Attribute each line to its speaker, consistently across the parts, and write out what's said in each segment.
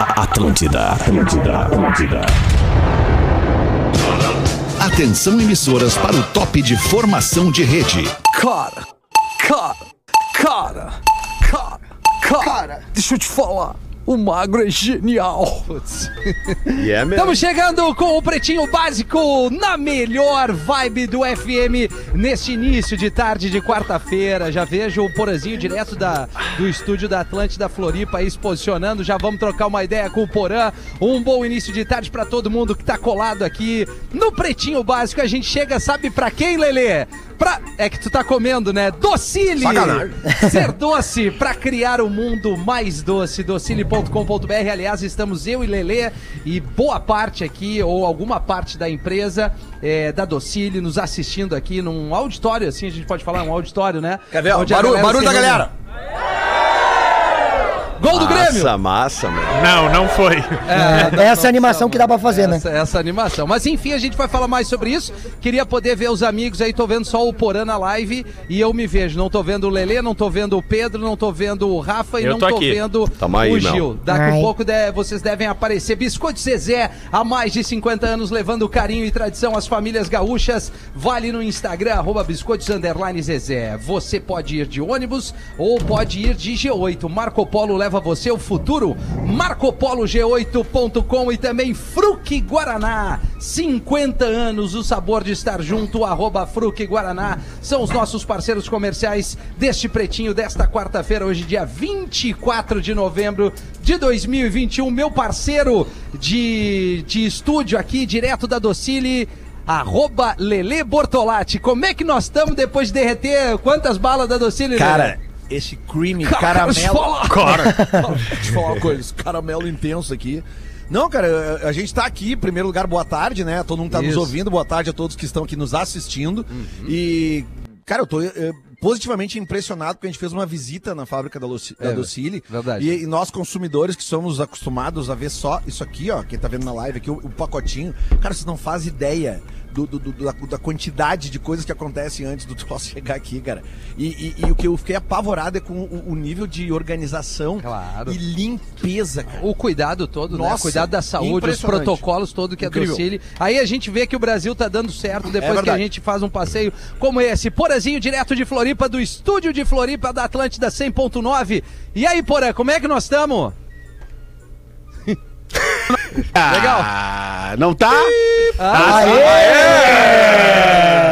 Speaker 1: Atlântida, Atlântida, Atlântida.
Speaker 2: Atenção emissoras para o top de formação de rede.
Speaker 3: Cara, cara, cara, cara, cara, Deixa eu te falar. O magro é genial.
Speaker 4: E é mesmo.
Speaker 5: Estamos chegando com o Pretinho Básico na melhor vibe do FM neste início de tarde de quarta-feira. Já vejo o Porazinho direto da, do estúdio da Atlântida Floripa aí se posicionando. Já vamos trocar uma ideia com o Porã. Um bom início de tarde para todo mundo que tá colado aqui no Pretinho Básico. A gente chega, sabe pra quem, Lelê? Pra... É que tu tá comendo, né? Docile!
Speaker 4: Sacanagem.
Speaker 5: Ser doce para criar o mundo mais doce. Docile.com.br. Aliás, estamos eu e Lelê e boa parte aqui, ou alguma parte da empresa eh, da Docile, nos assistindo aqui num auditório, assim, a gente pode falar, um auditório, né?
Speaker 3: Quer ver? ó,
Speaker 5: Onde a
Speaker 3: barulho
Speaker 5: galera
Speaker 3: barulho
Speaker 5: se
Speaker 3: da
Speaker 5: reúne.
Speaker 3: galera.
Speaker 5: Gol do Grêmio!
Speaker 4: Massa, massa, meu.
Speaker 6: Não, não foi.
Speaker 5: É, não,
Speaker 7: Essa
Speaker 5: não,
Speaker 7: animação
Speaker 5: não,
Speaker 7: que dá pra fazer, né?
Speaker 5: essa, Essa animação. Mas enfim, a gente vai falar mais sobre isso. Queria poder ver os amigos aí, tô vendo só o Porã na live e eu me vejo. Não tô vendo o Lelê, não tô vendo o Pedro, não tô vendo o Rafa e
Speaker 6: Eu
Speaker 5: não tô,
Speaker 6: tô aqui.
Speaker 5: vendo
Speaker 4: Tamo aí,
Speaker 5: o
Speaker 4: Mel.
Speaker 5: Gil. Daqui a
Speaker 7: Ai.
Speaker 5: pouco de- vocês devem aparecer. Biscoito Zezé, há mais de 50 anos, levando carinho e tradição às famílias gaúchas. Vale no Instagram, arroba biscoitos underline Zezé. Você pode ir de ônibus ou pode ir de G8. Marco Polo leva você ao futuro. MarcoPoloG8.com e também Fruque Guaraná. 50 anos, o sabor de estar junto, arroba Fruque Guaraná. São os nossos parceiros comerciais deste pretinho desta quarta-feira, hoje dia 24 de novembro de 2021. Meu parceiro de, de estúdio aqui, direto da Docile, arroba Lele Bortolatti. Como é que nós estamos depois de derreter quantas balas da Docile? Lelê?
Speaker 3: Cara, esse creamy
Speaker 5: deixa eu
Speaker 3: caramelo.
Speaker 5: falar.
Speaker 3: Cara, Deixa eu te falar uma coisa, esse caramelo intenso aqui. Não, cara, a a gente tá aqui, em primeiro lugar, boa tarde, né? Todo mundo tá nos
Speaker 5: Isso.
Speaker 3: ouvindo, boa tarde a todos que estão aqui nos assistindo. E, cara, eu tô eh, positivamente impressionado porque a gente fez uma visita na fábrica da, Luci, da
Speaker 5: É,
Speaker 3: Docile.
Speaker 5: verdade.
Speaker 3: E, e nós, consumidores que somos acostumados a ver só isso aqui, ó, quem tá vendo na live aqui, o, o pacotinho. Cara, vocês não fazem ideia. do- do- do- da, da quantidade de coisas que acontecem antes do troço chegar aqui, cara. E, e- e o que eu fiquei apavorado é com o, o nível de organização
Speaker 5: Claro.
Speaker 3: e limpeza, cara.
Speaker 5: O cuidado todo, né?
Speaker 3: Nossa,
Speaker 5: O cuidado da saúde, os
Speaker 3: impressionante.
Speaker 5: protocolos todo que é do
Speaker 3: Incrível. É
Speaker 5: Chile. Aí a gente vê que o Brasil tá dando certo depois que a
Speaker 3: verdade.
Speaker 5: gente faz um passeio como esse. Porazinho direto de Floripa, do estúdio de Floripa da Atlântida 100.9. E aí, Porã, como é que nós estamos? Legal.
Speaker 4: Ah, não tá?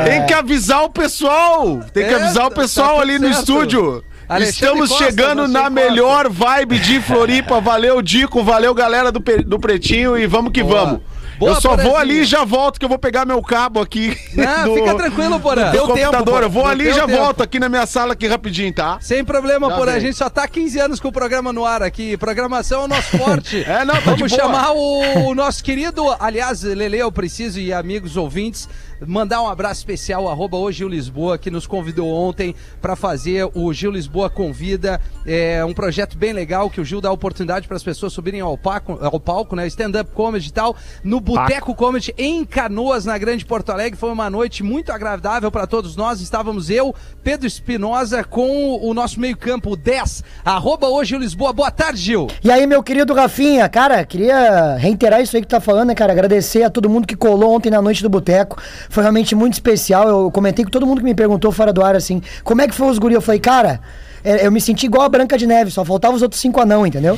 Speaker 4: Tem que avisar o pessoal. Tem que
Speaker 5: É,
Speaker 4: avisar o
Speaker 5: tá
Speaker 4: pessoal
Speaker 5: tudo
Speaker 4: ali no
Speaker 5: certo.
Speaker 4: estúdio.
Speaker 5: Alexandre
Speaker 4: Estamos
Speaker 5: Costa,
Speaker 4: chegando
Speaker 5: você
Speaker 4: na
Speaker 5: Costa.
Speaker 4: melhor vibe de Floripa. Valeu, Dico. Valeu, galera do, Pe- do Pretinho. E vamos que
Speaker 5: Boa.
Speaker 4: vamos.
Speaker 5: Boa,
Speaker 4: eu só vou
Speaker 5: Porazinho.
Speaker 4: ali e já volto, que eu vou pegar meu cabo aqui.
Speaker 5: Não,
Speaker 4: do-
Speaker 5: fica tranquilo, Porã.
Speaker 4: do
Speaker 3: Deu tempo,
Speaker 4: computador.
Speaker 3: Porã.
Speaker 4: eu vou
Speaker 5: Deu
Speaker 4: ali e já
Speaker 5: tempo.
Speaker 4: volto aqui na minha sala aqui rapidinho, tá?
Speaker 5: Sem problema,
Speaker 4: Tá
Speaker 5: Porã. A
Speaker 4: bem.
Speaker 5: gente só tá há 15 anos com o programa no ar aqui. Programação é o nosso forte.
Speaker 4: É, não, tá de
Speaker 5: Vamos
Speaker 4: boa.
Speaker 5: chamar o, o nosso querido. Aliás, Lele, eu preciso e amigos ouvintes, mandar um abraço especial. Arroba o Gil Lisboa, que nos convidou ontem pra fazer o Gil Lisboa Convida. É um projeto bem legal que o Gil dá oportunidade para as pessoas subirem ao, paco, ao palco, né? Stand-up comedy e tal. No Boteco Comedy em Canoas, na Grande Porto Alegre. Foi uma noite muito agradável para todos nós. Estávamos eu, Pedro Espinosa, com o nosso meio-campo, o 10. Arroba hoje o Lisboa. Boa tarde, Gil.
Speaker 7: E aí, meu querido Rafinha, cara, queria reiterar isso aí que tu tá falando, né, cara? Agradecer a todo mundo que colou ontem na noite do boteco. Foi realmente muito especial. Eu comentei com todo mundo que me perguntou fora do ar, assim, como é que foi os guri? Eu falei, cara. é, Eu me senti igual a Branca de Neve, só faltava os outros cinco anão, entendeu?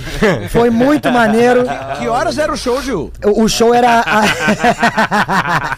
Speaker 7: Foi muito maneiro.
Speaker 3: Que horas era o show, Gil?
Speaker 7: O o show era. a-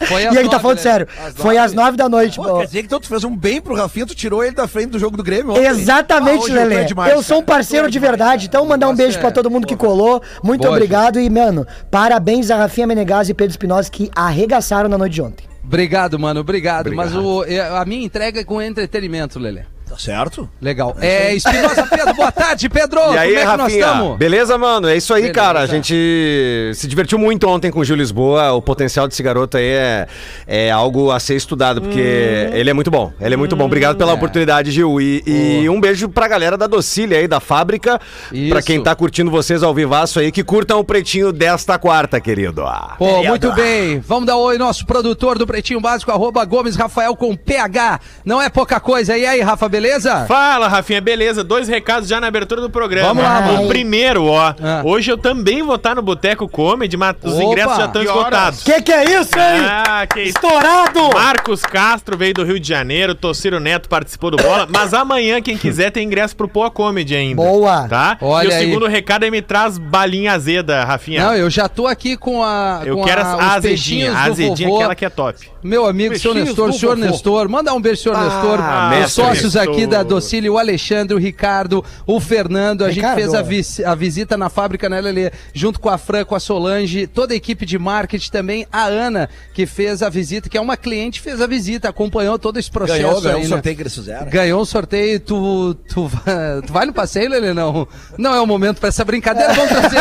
Speaker 5: Foi
Speaker 7: e
Speaker 5: às
Speaker 7: ele tá
Speaker 5: nove,
Speaker 7: falando
Speaker 5: né?
Speaker 7: sério.
Speaker 3: Às
Speaker 7: Foi
Speaker 3: nove?
Speaker 7: às nove da noite.
Speaker 3: Pô,
Speaker 7: pô.
Speaker 3: quer dizer que então tu fez um bem pro Rafinha, tu tirou ele da frente do jogo do Grêmio. ontem. Ah,
Speaker 7: Exatamente,
Speaker 3: hoje
Speaker 7: Lelê.
Speaker 3: tu é demais,
Speaker 7: eu sou um
Speaker 3: cara.
Speaker 7: parceiro
Speaker 3: Tu é
Speaker 7: de
Speaker 3: demais,
Speaker 7: verdade, então mandar um
Speaker 5: negócio
Speaker 7: beijo pra
Speaker 5: é-
Speaker 7: todo mundo que colou. Muito
Speaker 5: Boa,
Speaker 7: obrigado e, mano, parabéns a Rafinha Menegas e Pedro Espinosa que arregaçaram na noite de ontem.
Speaker 5: Obrigado, mano. Obrigado. Mas o- é, a minha entrega é com entretenimento, Lele.
Speaker 3: Tá certo?
Speaker 5: Legal. É, Espinosa Pedro, boa tarde, Pedro.
Speaker 8: E aí,
Speaker 5: Como é que nós
Speaker 8: Rafinha?
Speaker 5: estamos?
Speaker 8: Beleza, mano? É isso aí,
Speaker 5: Beleza.
Speaker 8: cara. A gente se divertiu muito ontem com o Gil Lisboa. O potencial desse garoto aí é, é algo a ser estudado, porque
Speaker 7: Uhum.
Speaker 8: ele é muito bom. Ele é muito bom. Obrigado pela
Speaker 7: Hum,
Speaker 5: É.
Speaker 8: oportunidade, Gil. E, e um beijo pra galera da Docile aí, da fábrica. Pra
Speaker 5: Isso.
Speaker 8: quem tá curtindo vocês ao vivaço aí, que curtam o pretinho desta quarta, querido.
Speaker 5: Pô, muito bem. Vamos dar oi ao nosso produtor do Pretinho Básico, arroba Gomes Rafael com PH. Não é pouca coisa. E aí, Rafa, beleza?
Speaker 6: Fala, Rafinha, beleza? Dois recados já na abertura do programa.
Speaker 5: Vamos lá,
Speaker 6: O
Speaker 7: vai.
Speaker 6: primeiro, ó.
Speaker 5: Ah.
Speaker 6: Hoje eu também vou estar no Boteco Comedy, mas os
Speaker 5: Opa,
Speaker 6: ingressos já estão
Speaker 4: que horas?
Speaker 6: esgotados.
Speaker 7: Que que é isso, hein?
Speaker 6: Ah, que isso.
Speaker 7: Estourado!
Speaker 6: Marcos Castro veio do Rio de Janeiro, Tociro Neto participou do Bola, mas amanhã, quem quiser, tem ingresso pro Poa Comedy ainda.
Speaker 7: Boa.
Speaker 6: Tá?
Speaker 5: Olha
Speaker 6: e o
Speaker 5: aí.
Speaker 6: segundo recado é me traz balinha azeda, Rafinha.
Speaker 5: Não, eu já tô aqui com a.
Speaker 6: Eu
Speaker 5: com
Speaker 6: quero
Speaker 5: a,
Speaker 6: a
Speaker 5: os peixinhos
Speaker 6: azedinha, a
Speaker 5: do
Speaker 6: azedinha
Speaker 5: vovô.
Speaker 6: aquela que é top.
Speaker 5: Meu amigo, seu
Speaker 4: Peixinhos
Speaker 5: Nestor,
Speaker 4: do
Speaker 5: senhor
Speaker 4: vovô.
Speaker 5: Nestor, manda um beijo, senhor Nestor. Os
Speaker 6: Ah, mestre
Speaker 5: sócios
Speaker 6: Nestor.
Speaker 5: aqui da Docile, o Alexandre, o Ricardo, o Fernando. A
Speaker 7: Ricardo.
Speaker 5: gente fez a, vis- a visita na fábrica, né, Lelê? Junto com a Fran, com a Solange, toda a equipe de marketing também. A Ana, que fez a visita, que é uma cliente, fez a visita, acompanhou todo esse processo
Speaker 3: Ganhou, ganhou
Speaker 5: aí, né?
Speaker 3: um sorteio que eles fizeram.
Speaker 5: Ganhou um sorteio, tu, tu, va- tu vai no passeio, Lelê? Não, não é o momento pra essa brincadeira, vamos trazer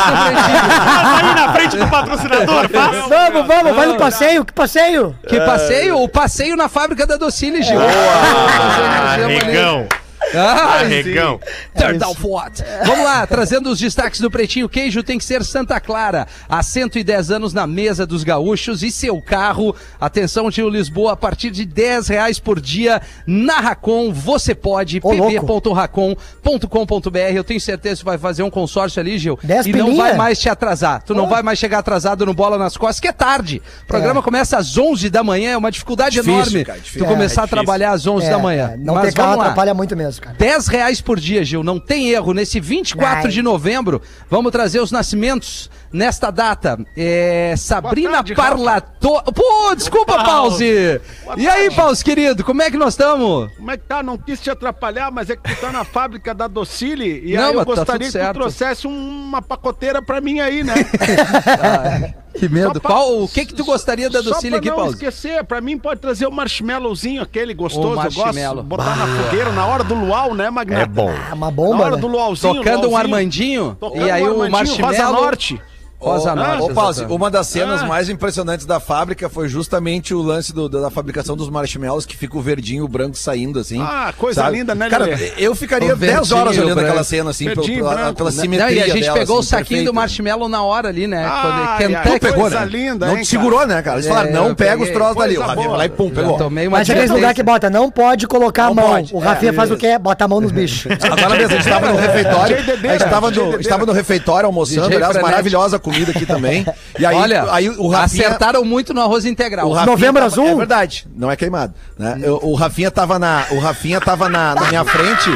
Speaker 6: Aí na frente do patrocinador, faz.
Speaker 7: Vamos, vamos, vai no passeio, que passeio?
Speaker 5: Que passeio? O passeio na fábrica da Docile, Gil.
Speaker 6: Ah,
Speaker 5: Boa!
Speaker 6: Regão, Regão.
Speaker 5: Turn down for what? É Vamos lá, trazendo os destaques do Pretinho. Queijo tem que ser Santa Clara. Há 110 anos na mesa dos gaúchos e seu carro. Atenção, Gil Lisboa, a partir de 10 reais por dia na Racon. Você pode,
Speaker 7: Ô, louco.
Speaker 5: pv.racon.com.br. Eu tenho certeza que vai fazer um consórcio ali, Gil.
Speaker 7: Dez
Speaker 5: e não
Speaker 7: pilinha?
Speaker 5: vai mais te atrasar. Tu não vai mais chegar atrasado no Bola nas Costas, que é tarde. O programa começa às 11 da manhã, é uma dificuldade
Speaker 3: Difícil,
Speaker 5: enorme.
Speaker 3: cara, difícil.
Speaker 5: tu começar
Speaker 6: É,
Speaker 5: a
Speaker 6: difícil.
Speaker 5: trabalhar às 11
Speaker 7: É,
Speaker 5: da manhã.
Speaker 7: é, Não
Speaker 5: Mas
Speaker 7: ter carro
Speaker 5: vamos lá.
Speaker 7: atrapalha muito mesmo, cara.
Speaker 5: 10 reais por dia, Gil. Não tem erro. Nesse 24
Speaker 7: Ai.
Speaker 5: de novembro, vamos trazer os nascimentos nesta data. É, Sabrina
Speaker 4: tarde, Rafa.
Speaker 5: Parlato. Pô, desculpa, Pause. E aí, Pause, querido, como é que nós estamos?
Speaker 4: Como é que tá? Não quis te atrapalhar, mas é que tu tá na fábrica da Docile e
Speaker 5: Não,
Speaker 4: aí eu
Speaker 5: mas tá tudo
Speaker 4: gostaria que tu
Speaker 5: certo.
Speaker 4: trouxesse um- uma pacoteira pra mim aí, né?
Speaker 5: Que
Speaker 4: Só
Speaker 5: medo.
Speaker 4: pra-
Speaker 5: Qual, o que que tu gostaria da
Speaker 4: só
Speaker 5: docília
Speaker 4: pra
Speaker 5: aqui,
Speaker 4: não
Speaker 5: Pause?
Speaker 4: esquecer, pra mim pode trazer o marshmallowzinho aquele gostoso, eu
Speaker 5: marshmallow.
Speaker 4: gosto. Botar na fogueira, na hora do luau, né, Magnata?
Speaker 8: É bom.
Speaker 7: Ah, uma
Speaker 4: na
Speaker 7: bomba,
Speaker 4: hora
Speaker 7: né?
Speaker 4: do luauzinho,
Speaker 5: Tocando um
Speaker 4: luauzinho.
Speaker 5: Armandinho
Speaker 4: Tocando
Speaker 5: e aí
Speaker 4: um
Speaker 5: o
Speaker 4: Armandinho,
Speaker 5: Marshmallow.
Speaker 4: Rosa Norte.
Speaker 5: Rosa
Speaker 3: Ô,
Speaker 5: Norte,
Speaker 3: ô, Pause,
Speaker 5: exatamente.
Speaker 3: uma das cenas
Speaker 4: Ah.
Speaker 3: mais impressionantes da fábrica foi justamente o lance do- da fabricação dos marshmallows que fica o verdinho e o branco saindo assim.
Speaker 4: Ah, coisa linda, né,
Speaker 3: Cara,
Speaker 4: Lelê?
Speaker 3: eu ficaria
Speaker 5: O
Speaker 3: 10
Speaker 5: verdinho
Speaker 3: horas
Speaker 5: e o
Speaker 3: olhando aquela
Speaker 5: branco.
Speaker 3: cena assim, pelo-
Speaker 4: Verdinho e
Speaker 3: pela,
Speaker 4: branco,
Speaker 3: pela
Speaker 4: né?
Speaker 3: simetria
Speaker 5: Não, e a gente
Speaker 3: dela,
Speaker 5: pegou
Speaker 3: assim,
Speaker 5: o saquinho
Speaker 3: perfeita.
Speaker 5: do marshmallow na hora ali, né?
Speaker 4: Ai,
Speaker 5: Quando ele-
Speaker 4: ai,
Speaker 5: Kentucky,
Speaker 4: que
Speaker 5: pegou,
Speaker 4: Ah, coisa
Speaker 5: né?
Speaker 4: linda,
Speaker 3: Não
Speaker 4: hein,
Speaker 3: te segurou, né, cara? Eles falaram,
Speaker 5: É,
Speaker 3: não
Speaker 5: eu
Speaker 3: pega os
Speaker 5: peguei.
Speaker 3: troços dali. O
Speaker 4: Coisa
Speaker 3: Rafinha
Speaker 4: boa.
Speaker 3: vai lá e pum,
Speaker 5: Já
Speaker 3: pegou.
Speaker 5: tomei uma
Speaker 7: Mas é aquele
Speaker 5: advertência.
Speaker 7: lugar que bota, não pode colocar
Speaker 3: Não
Speaker 7: a mão.
Speaker 3: pode,
Speaker 7: O
Speaker 3: é,
Speaker 7: Rafinha faz o que? Bota a mão nos bichos.
Speaker 5: É.
Speaker 3: Agora mesmo, a gente tava no
Speaker 4: né?
Speaker 3: refeitório.
Speaker 4: DJ Dedeira,
Speaker 3: A gente tava
Speaker 4: DJ
Speaker 3: no,
Speaker 4: Dedeira.
Speaker 3: estava no refeitório almoçando,
Speaker 5: DJ
Speaker 3: aliás,
Speaker 5: frenético.
Speaker 3: maravilhosa comida aqui também. E aí,
Speaker 5: Olha,
Speaker 3: aí o Rafinha.
Speaker 5: acertaram muito no arroz integral.
Speaker 3: O Rafinha
Speaker 7: Novembro
Speaker 3: tava-
Speaker 7: Azul?
Speaker 3: É verdade, não é queimado. Né?
Speaker 5: Hum.
Speaker 3: Eu- o Rafinha tava na, o Rafinha tava na, na minha frente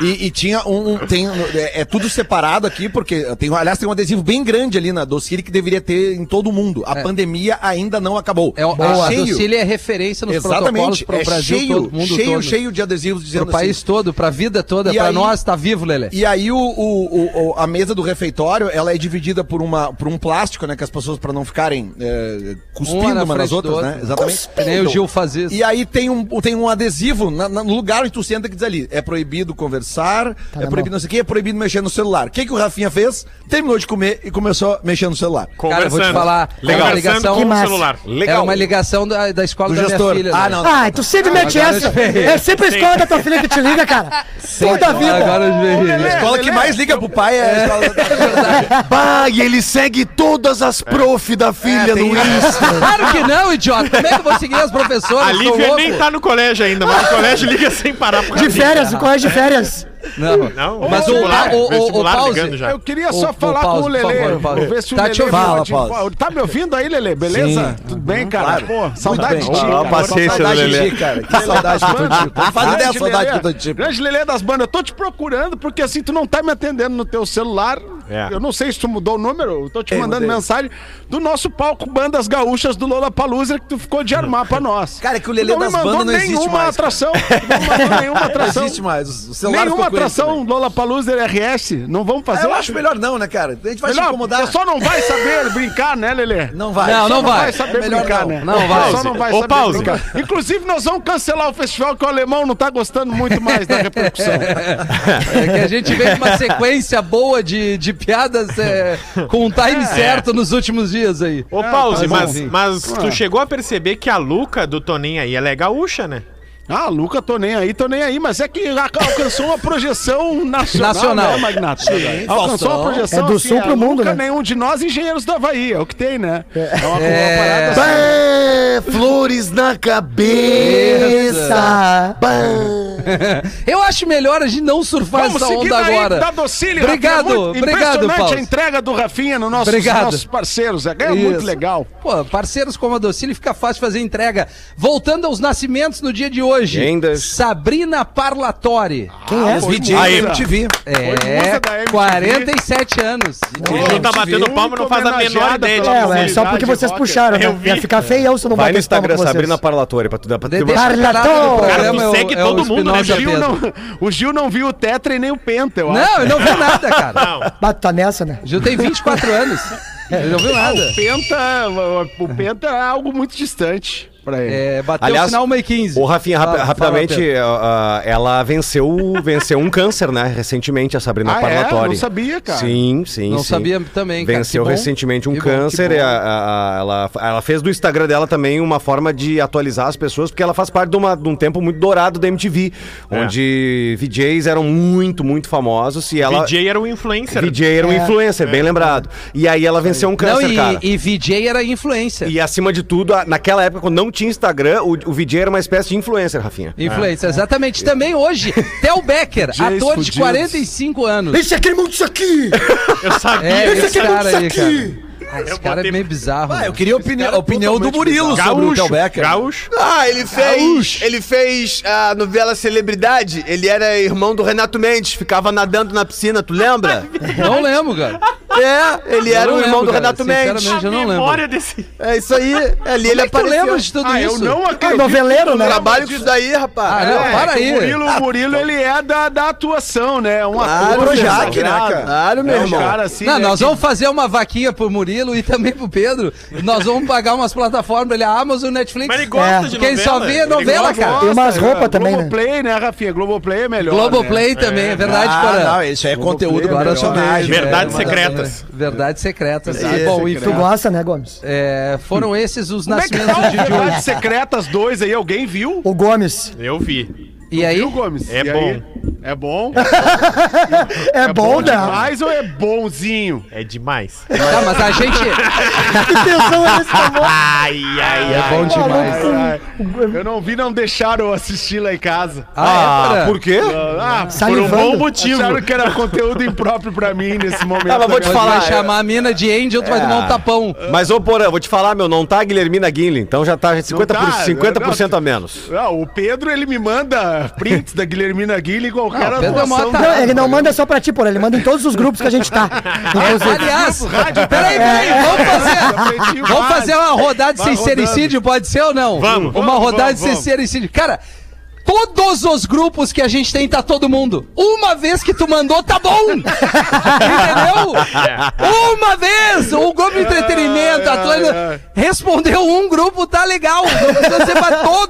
Speaker 3: e, e tinha um. um- tem, é, é tudo separado aqui, porque tem, aliás, tem um adesivo bem grande ali na Docile que deveria ter em todo mundo. A pandemia ainda não acabou.
Speaker 5: É,
Speaker 3: Boa.
Speaker 5: a Docile é referência nos protocolos
Speaker 3: Exatamente,
Speaker 5: para o
Speaker 3: é
Speaker 5: Brasil
Speaker 3: cheio,
Speaker 5: todo, mundo
Speaker 3: cheio,
Speaker 5: todo.
Speaker 3: cheio de adesivos
Speaker 5: Pro
Speaker 3: dizendo assim.
Speaker 5: país todo, pra vida toda,
Speaker 3: E
Speaker 5: pra
Speaker 3: aí-
Speaker 5: nós, tá vivo, Lelê.
Speaker 3: E aí o, o- o- o- a mesa do refeitório, ela é dividida por, uma, por um plástico, né? Que as pessoas, pra não ficarem é, cuspindo
Speaker 5: Uma Um na
Speaker 3: uma, nas
Speaker 5: frente
Speaker 3: outras,
Speaker 5: do
Speaker 3: né?
Speaker 5: outro.
Speaker 3: Exatamente.
Speaker 5: Que Nem o Gil faz isso.
Speaker 3: E aí tem um, tem um adesivo na- na- no lugar onde tu senta que diz ali, é proibido conversar,
Speaker 5: Tá
Speaker 3: é
Speaker 7: na
Speaker 3: proibido não sei o quê, é proibido mexer no celular. O que, que o Rafinha fez? Terminou de comer e começou a mexer no celular.
Speaker 5: Cara, eu vou te falar, é uma
Speaker 6: Legal.
Speaker 5: ligação-
Speaker 6: Conversando com
Speaker 7: Que
Speaker 6: o celular.
Speaker 5: É uma ligação da, da escola
Speaker 3: Do
Speaker 5: da minha
Speaker 3: gestor.
Speaker 5: filha.
Speaker 3: Ah,
Speaker 5: né?
Speaker 3: não.
Speaker 7: Ai, tu sempre então mete
Speaker 5: Agora
Speaker 7: essa.
Speaker 5: eu ferrei.
Speaker 7: É sempre a escola da tua filha que te liga, cara.
Speaker 8: tá
Speaker 7: Toda vida.
Speaker 5: Agora eu me ri,
Speaker 3: A
Speaker 5: né?
Speaker 3: escola que mais liga pro pai é a escola da...
Speaker 8: Bah, e ele segue todas
Speaker 6: É.
Speaker 8: as prof da filha do Insta.
Speaker 5: É, Claro que não, idiota. Como é que eu vou seguir as professoras?
Speaker 6: A
Speaker 5: Tô
Speaker 6: Lívia
Speaker 5: louco.
Speaker 6: nem tá no colégio ainda, mas o colégio liga sem parar pra
Speaker 7: De férias, o colégio de férias.
Speaker 5: Não.
Speaker 6: Não,
Speaker 5: Mas o-
Speaker 3: Tá,
Speaker 6: vestibular,
Speaker 5: o- o- o
Speaker 6: É, vestibular
Speaker 5: Pause-
Speaker 6: ligando já.
Speaker 4: Eu queria
Speaker 5: Ô,
Speaker 4: só
Speaker 5: ô,
Speaker 4: falar
Speaker 5: Paulo,
Speaker 4: com o
Speaker 5: por
Speaker 4: Lelê.
Speaker 5: favor, Paulo.
Speaker 4: Vou ver se o
Speaker 5: Tá
Speaker 4: Lelê
Speaker 5: te ouvindo.
Speaker 3: Fala,
Speaker 4: pode-
Speaker 3: Paulo.
Speaker 4: Tá me ouvindo aí, Lelê? Beleza? Tudo bem, cara? Pô, saudade de ti.
Speaker 8: Ó,
Speaker 4: cara.
Speaker 8: paciência do
Speaker 4: Saudade de
Speaker 8: Lelê.
Speaker 3: de ti, cara. Que saudade que eu tô de ti. Não faz ideia a saudade
Speaker 4: Grande
Speaker 3: tipo. que
Speaker 4: Lelê.
Speaker 3: eu tô de ti.
Speaker 4: Grande Lelê das bandas, eu tô te procurando porque assim tu não tá me atendendo no teu celular.
Speaker 6: É.
Speaker 4: Eu não sei se tu mudou o número, eu tô te
Speaker 3: Ei,
Speaker 4: mandando
Speaker 3: mudei.
Speaker 4: mensagem do nosso palco Bandas Gaúchas do Lola Palusa que tu ficou de armar pra nós.
Speaker 3: Cara, é que o Lelê
Speaker 4: Tu não
Speaker 3: das
Speaker 4: me mandou
Speaker 3: bandas não existe
Speaker 4: nenhuma
Speaker 3: mais, cara.
Speaker 4: atração, não mandou nenhuma
Speaker 3: Não
Speaker 4: atração.
Speaker 3: existe mais. O celular
Speaker 4: Nenhuma
Speaker 3: ficou com ele também.
Speaker 4: atração Lola Palusa RS, não vamos fazer.
Speaker 3: Eu acho melhor não, né, cara? A gente vai te
Speaker 4: Melhor, é
Speaker 3: incomodar.
Speaker 4: só não vai saber brincar, né, Lelê?
Speaker 3: Não vai.
Speaker 5: Não,
Speaker 3: Só
Speaker 5: não vai.
Speaker 4: vai saber
Speaker 3: É melhor
Speaker 4: brincar,
Speaker 3: não.
Speaker 4: né?
Speaker 5: Não vai.
Speaker 4: Só não vai
Speaker 6: Ô,
Speaker 4: saber
Speaker 6: pause.
Speaker 4: brincar. Inclusive, nós vamos cancelar o festival que o alemão não tá gostando muito mais da repercussão.
Speaker 5: É que a gente vem de uma sequência boa de, de piadas é, com o time certo nos últimos dias aí. Ah,
Speaker 6: Ô, Pause,
Speaker 4: tá bom.
Speaker 6: mas, mas tu chegou a perceber que a Luca do Toninho aí ela é gaúcha, né?
Speaker 4: Ah, Luca, tô nem aí, tô nem aí, mas é que a- alcançou uma projeção nacional,
Speaker 5: Nacional.
Speaker 4: né, Magnata? alcançou uma projeção
Speaker 7: É do sul pro mundo,
Speaker 4: Luca,
Speaker 7: né?
Speaker 4: nenhum de nós engenheiros da Havaí, é o que tem, né? É uma,
Speaker 5: É.
Speaker 4: uma parada assim.
Speaker 8: É, flores na cabeça.
Speaker 7: Essa.
Speaker 5: Eu acho melhor a gente não surfar essa onda agora.
Speaker 4: da Docile,
Speaker 5: Obrigado,
Speaker 4: Rafinha, muito
Speaker 5: obrigado,
Speaker 4: Impressionante
Speaker 5: Paulo.
Speaker 4: a entrega do Rafinha nos nossos,
Speaker 5: Obrigado.
Speaker 4: nossos parceiros, é é muito
Speaker 5: Isso.
Speaker 4: legal.
Speaker 5: Pô, parceiros como a Docile fica fácil fazer entrega. Voltando aos nascimentos no dia de hoje.
Speaker 8: Lendas.
Speaker 5: Sabrina Parlatore.
Speaker 4: Ah,
Speaker 7: Quem é?
Speaker 4: Foi
Speaker 3: DJ
Speaker 4: musa.
Speaker 3: da
Speaker 6: Aí.
Speaker 3: MTV.
Speaker 4: musa
Speaker 5: É,
Speaker 4: da MTV.
Speaker 5: 47 anos.
Speaker 6: Ele não tá batendo
Speaker 4: viu?
Speaker 6: palma não faz a menor
Speaker 4: Homenageada
Speaker 6: ideia de
Speaker 4: um pela
Speaker 6: quem
Speaker 7: É, ué,
Speaker 6: seja.
Speaker 4: Sociedade
Speaker 7: só porque vocês
Speaker 4: Rocker.
Speaker 7: puxaram,
Speaker 6: Eu
Speaker 7: né?
Speaker 6: vi.
Speaker 7: Ia ficar feio se eu não bater
Speaker 8: Vai no
Speaker 7: palma
Speaker 8: Instagram,
Speaker 7: com vocês.
Speaker 8: Sabrina Parlatore, pra tu dar pra
Speaker 5: De-
Speaker 8: tu-
Speaker 5: deixa
Speaker 4: tá
Speaker 7: Parlatore.
Speaker 5: parado do
Speaker 7: Cara, tu
Speaker 5: programa, é o-
Speaker 6: segue
Speaker 5: é o
Speaker 6: todo mundo, né,
Speaker 5: Spinoza
Speaker 6: Gil?
Speaker 5: Pedro.
Speaker 4: Não, o Gil não viu o Tetra e nem o Penta, eu acho.
Speaker 5: Não, eu não vi nada, cara.
Speaker 6: Não.
Speaker 7: Bato, tá nessa, né?
Speaker 5: Gil tem 24 anos. Ele não viu nada.
Speaker 4: É. O Penta, o- o Penta é algo muito distante pra ele.
Speaker 5: É, bateu
Speaker 8: Aliás,
Speaker 5: o sinal 1 e 15.
Speaker 8: Ô, Rafinha, rap-
Speaker 5: Fala- fala,
Speaker 8: rapidamente,
Speaker 5: Pedro.
Speaker 8: ah, ah, ela venceu, venceu um câncer, né? Recentemente, a Sabrina
Speaker 4: Ah, é?
Speaker 8: Parlatore.
Speaker 4: Não sabia, cara.
Speaker 8: Sim, sim,
Speaker 5: Não
Speaker 8: sim.
Speaker 5: sabia também, cara.
Speaker 8: Venceu
Speaker 5: Que bom.
Speaker 8: recentemente um
Speaker 5: Que bom, que
Speaker 8: câncer.
Speaker 5: bom.
Speaker 8: e a- a- a- ela, ela fez do Instagram dela também uma forma de atualizar as pessoas, porque ela faz parte de, uma- de um tempo muito dourado da MTV,
Speaker 4: É.
Speaker 8: onde VJs eram muito, muito famosos. E ela...
Speaker 6: DJ era um influencer.
Speaker 8: VJ
Speaker 4: É.
Speaker 8: era um influencer, bem lembrado. E aí ela venceu um câncer,
Speaker 5: não, e,
Speaker 8: cara.
Speaker 5: e VJ era influencer.
Speaker 8: E acima de tudo, a- naquela época, quando não tinha Instagram, o, o VJ era uma espécie de influencer, Rafinha. É.
Speaker 5: Influencer, exatamente. Também hoje, Theo Becker, ator
Speaker 4: fudidos.
Speaker 5: de 45 anos.
Speaker 4: é
Speaker 7: Esse aqui, irmão, isso aqui!
Speaker 6: Eu sabia.
Speaker 5: É,
Speaker 6: eu
Speaker 5: esse
Speaker 6: sabia.
Speaker 5: cara aí,
Speaker 7: isso
Speaker 5: cara. Ah, esse
Speaker 6: Eu
Speaker 5: cara
Speaker 6: botei-
Speaker 5: é meio bizarro.
Speaker 3: Ah,
Speaker 5: né?
Speaker 3: eu queria a opinião, a opinião do Murilo sobre o Theo
Speaker 6: Gaúcho.
Speaker 3: Becker.
Speaker 6: Gaúcho.
Speaker 9: Ah, ele fez. Ele fez a novela Celebridade. Ele era irmão do Renato Mendes, ficava nadando na piscina, tu lembra?
Speaker 5: Não lembro, cara.
Speaker 9: é, ele
Speaker 5: Eu
Speaker 9: era
Speaker 5: não
Speaker 9: o irmão
Speaker 5: lembro,
Speaker 9: do
Speaker 5: cara.
Speaker 9: Renato Mendes.
Speaker 5: Sinceramente, eu não lembro.
Speaker 6: Memória desse.
Speaker 9: É isso aí. Ali ele
Speaker 5: Como é que tu
Speaker 9: apareceu.
Speaker 5: lembra de tudo
Speaker 4: Ah,
Speaker 5: isso?
Speaker 4: eu não
Speaker 7: É
Speaker 4: acredito.
Speaker 7: noveleiro, né?
Speaker 9: Trabalho com isso daí,
Speaker 5: Ah,
Speaker 9: rapaz.
Speaker 5: não,
Speaker 4: É,
Speaker 5: para
Speaker 4: que
Speaker 5: aí.
Speaker 4: O Murilo, o Murilo, ele é da, da atuação,
Speaker 5: É
Speaker 4: né? Um
Speaker 9: Claro,
Speaker 4: ator
Speaker 9: Projac,
Speaker 4: consagrado.
Speaker 9: né, cara? Claro, meu
Speaker 4: É um
Speaker 9: irmão.
Speaker 4: cara assim,
Speaker 5: Não,
Speaker 4: né,
Speaker 5: nós
Speaker 4: que-
Speaker 5: vamos fazer uma vaquinha pro Murilo e também pro Pedro. Nós vamos pagar umas plataformas, ele é a Amazon, Netflix.
Speaker 6: Mas ele gosta
Speaker 7: É.
Speaker 6: de novela.
Speaker 5: Quem só vê é
Speaker 6: Ele
Speaker 5: novela,
Speaker 6: gosta.
Speaker 5: cara.
Speaker 7: Tem umas
Speaker 4: Nossa,
Speaker 7: roupas também, né?
Speaker 4: Globoplay, né, Rafinha? Globoplay é melhor.
Speaker 5: Globoplay
Speaker 6: né?
Speaker 5: também, é verdade,
Speaker 4: Ah,
Speaker 5: Porã.
Speaker 3: não, isso aí é conteúdo
Speaker 4: Play,
Speaker 3: para
Speaker 4: agora
Speaker 3: personagem.
Speaker 4: né?
Speaker 6: também. Verdades
Speaker 5: uma das-
Speaker 6: secretas.
Speaker 5: né? Verdades secretas. Ah, bom,
Speaker 7: Tu
Speaker 5: enfim.
Speaker 7: gosta, né, Gomes?
Speaker 5: É, foram esses os
Speaker 4: Como é que
Speaker 5: nascimentos
Speaker 4: tá o
Speaker 5: de de hoje.
Speaker 4: Verdades Secretas 2 aí? Alguém viu?
Speaker 7: O Gomes.
Speaker 6: Eu vi.
Speaker 5: E aí?
Speaker 4: Viu, Gomes?
Speaker 6: É
Speaker 4: E aí?
Speaker 6: bom.
Speaker 4: É bom?
Speaker 7: É, bom, né?
Speaker 4: demais ou é bonzinho?
Speaker 6: É demais.
Speaker 5: Tá, mas a gente.
Speaker 7: Que tensão é esse, tá bom?
Speaker 6: Ai, ai,
Speaker 5: É bom demais.
Speaker 4: Ai, ai. Eu não vi, não deixaram eu assistir lá em casa.
Speaker 5: Ah, é, Porã?
Speaker 8: por quê?
Speaker 6: Por um
Speaker 4: Ah,
Speaker 6: bom
Speaker 7: Salivando.
Speaker 6: motivo.
Speaker 4: acharam que era conteúdo impróprio pra mim nesse momento. né?
Speaker 8: Ah, mas vou te
Speaker 5: Mas vai
Speaker 8: falar, eu-
Speaker 5: chamar a mina de Angel, tu vai tomar um tapão.
Speaker 8: Mas, ô Porã, vou te falar, meu, não tá a Guilhermina Guinle, então já tá 50%,
Speaker 4: Não tá,
Speaker 8: 50% a
Speaker 4: não.
Speaker 8: menos.
Speaker 4: Ah, o Pedro, ele me manda prints da Guilhermina Guilherme igual o cara
Speaker 5: Pedro é mó
Speaker 4: atuação.
Speaker 5: tarado.
Speaker 7: Não, ele não manda só pra ti, porra. Ele manda em todos os grupos que a gente tá.
Speaker 6: É,
Speaker 7: Inclusive.
Speaker 5: Aliás,
Speaker 4: rádio,
Speaker 5: peraí, peraí,
Speaker 4: é.
Speaker 5: vamos fazer.
Speaker 4: Aprendi
Speaker 5: Vamos
Speaker 4: mais.
Speaker 5: fazer uma rodada de
Speaker 4: Vai
Speaker 5: sincericídio, pode ser ou não?
Speaker 6: Vamos.
Speaker 5: Uma
Speaker 4: Vamos,
Speaker 5: rodada
Speaker 4: vamos,
Speaker 5: de sincericídio. Cara, todos os grupos que a gente tem tá todo mundo. Uma vez que tu mandou, tá bom! Entendeu?
Speaker 4: É.
Speaker 5: Uma vez! O grupo de entretenimento,
Speaker 4: Ai,
Speaker 5: Atlântico,
Speaker 4: ai,
Speaker 5: respondeu um grupo, tá legal. Não precisa ser pra todos.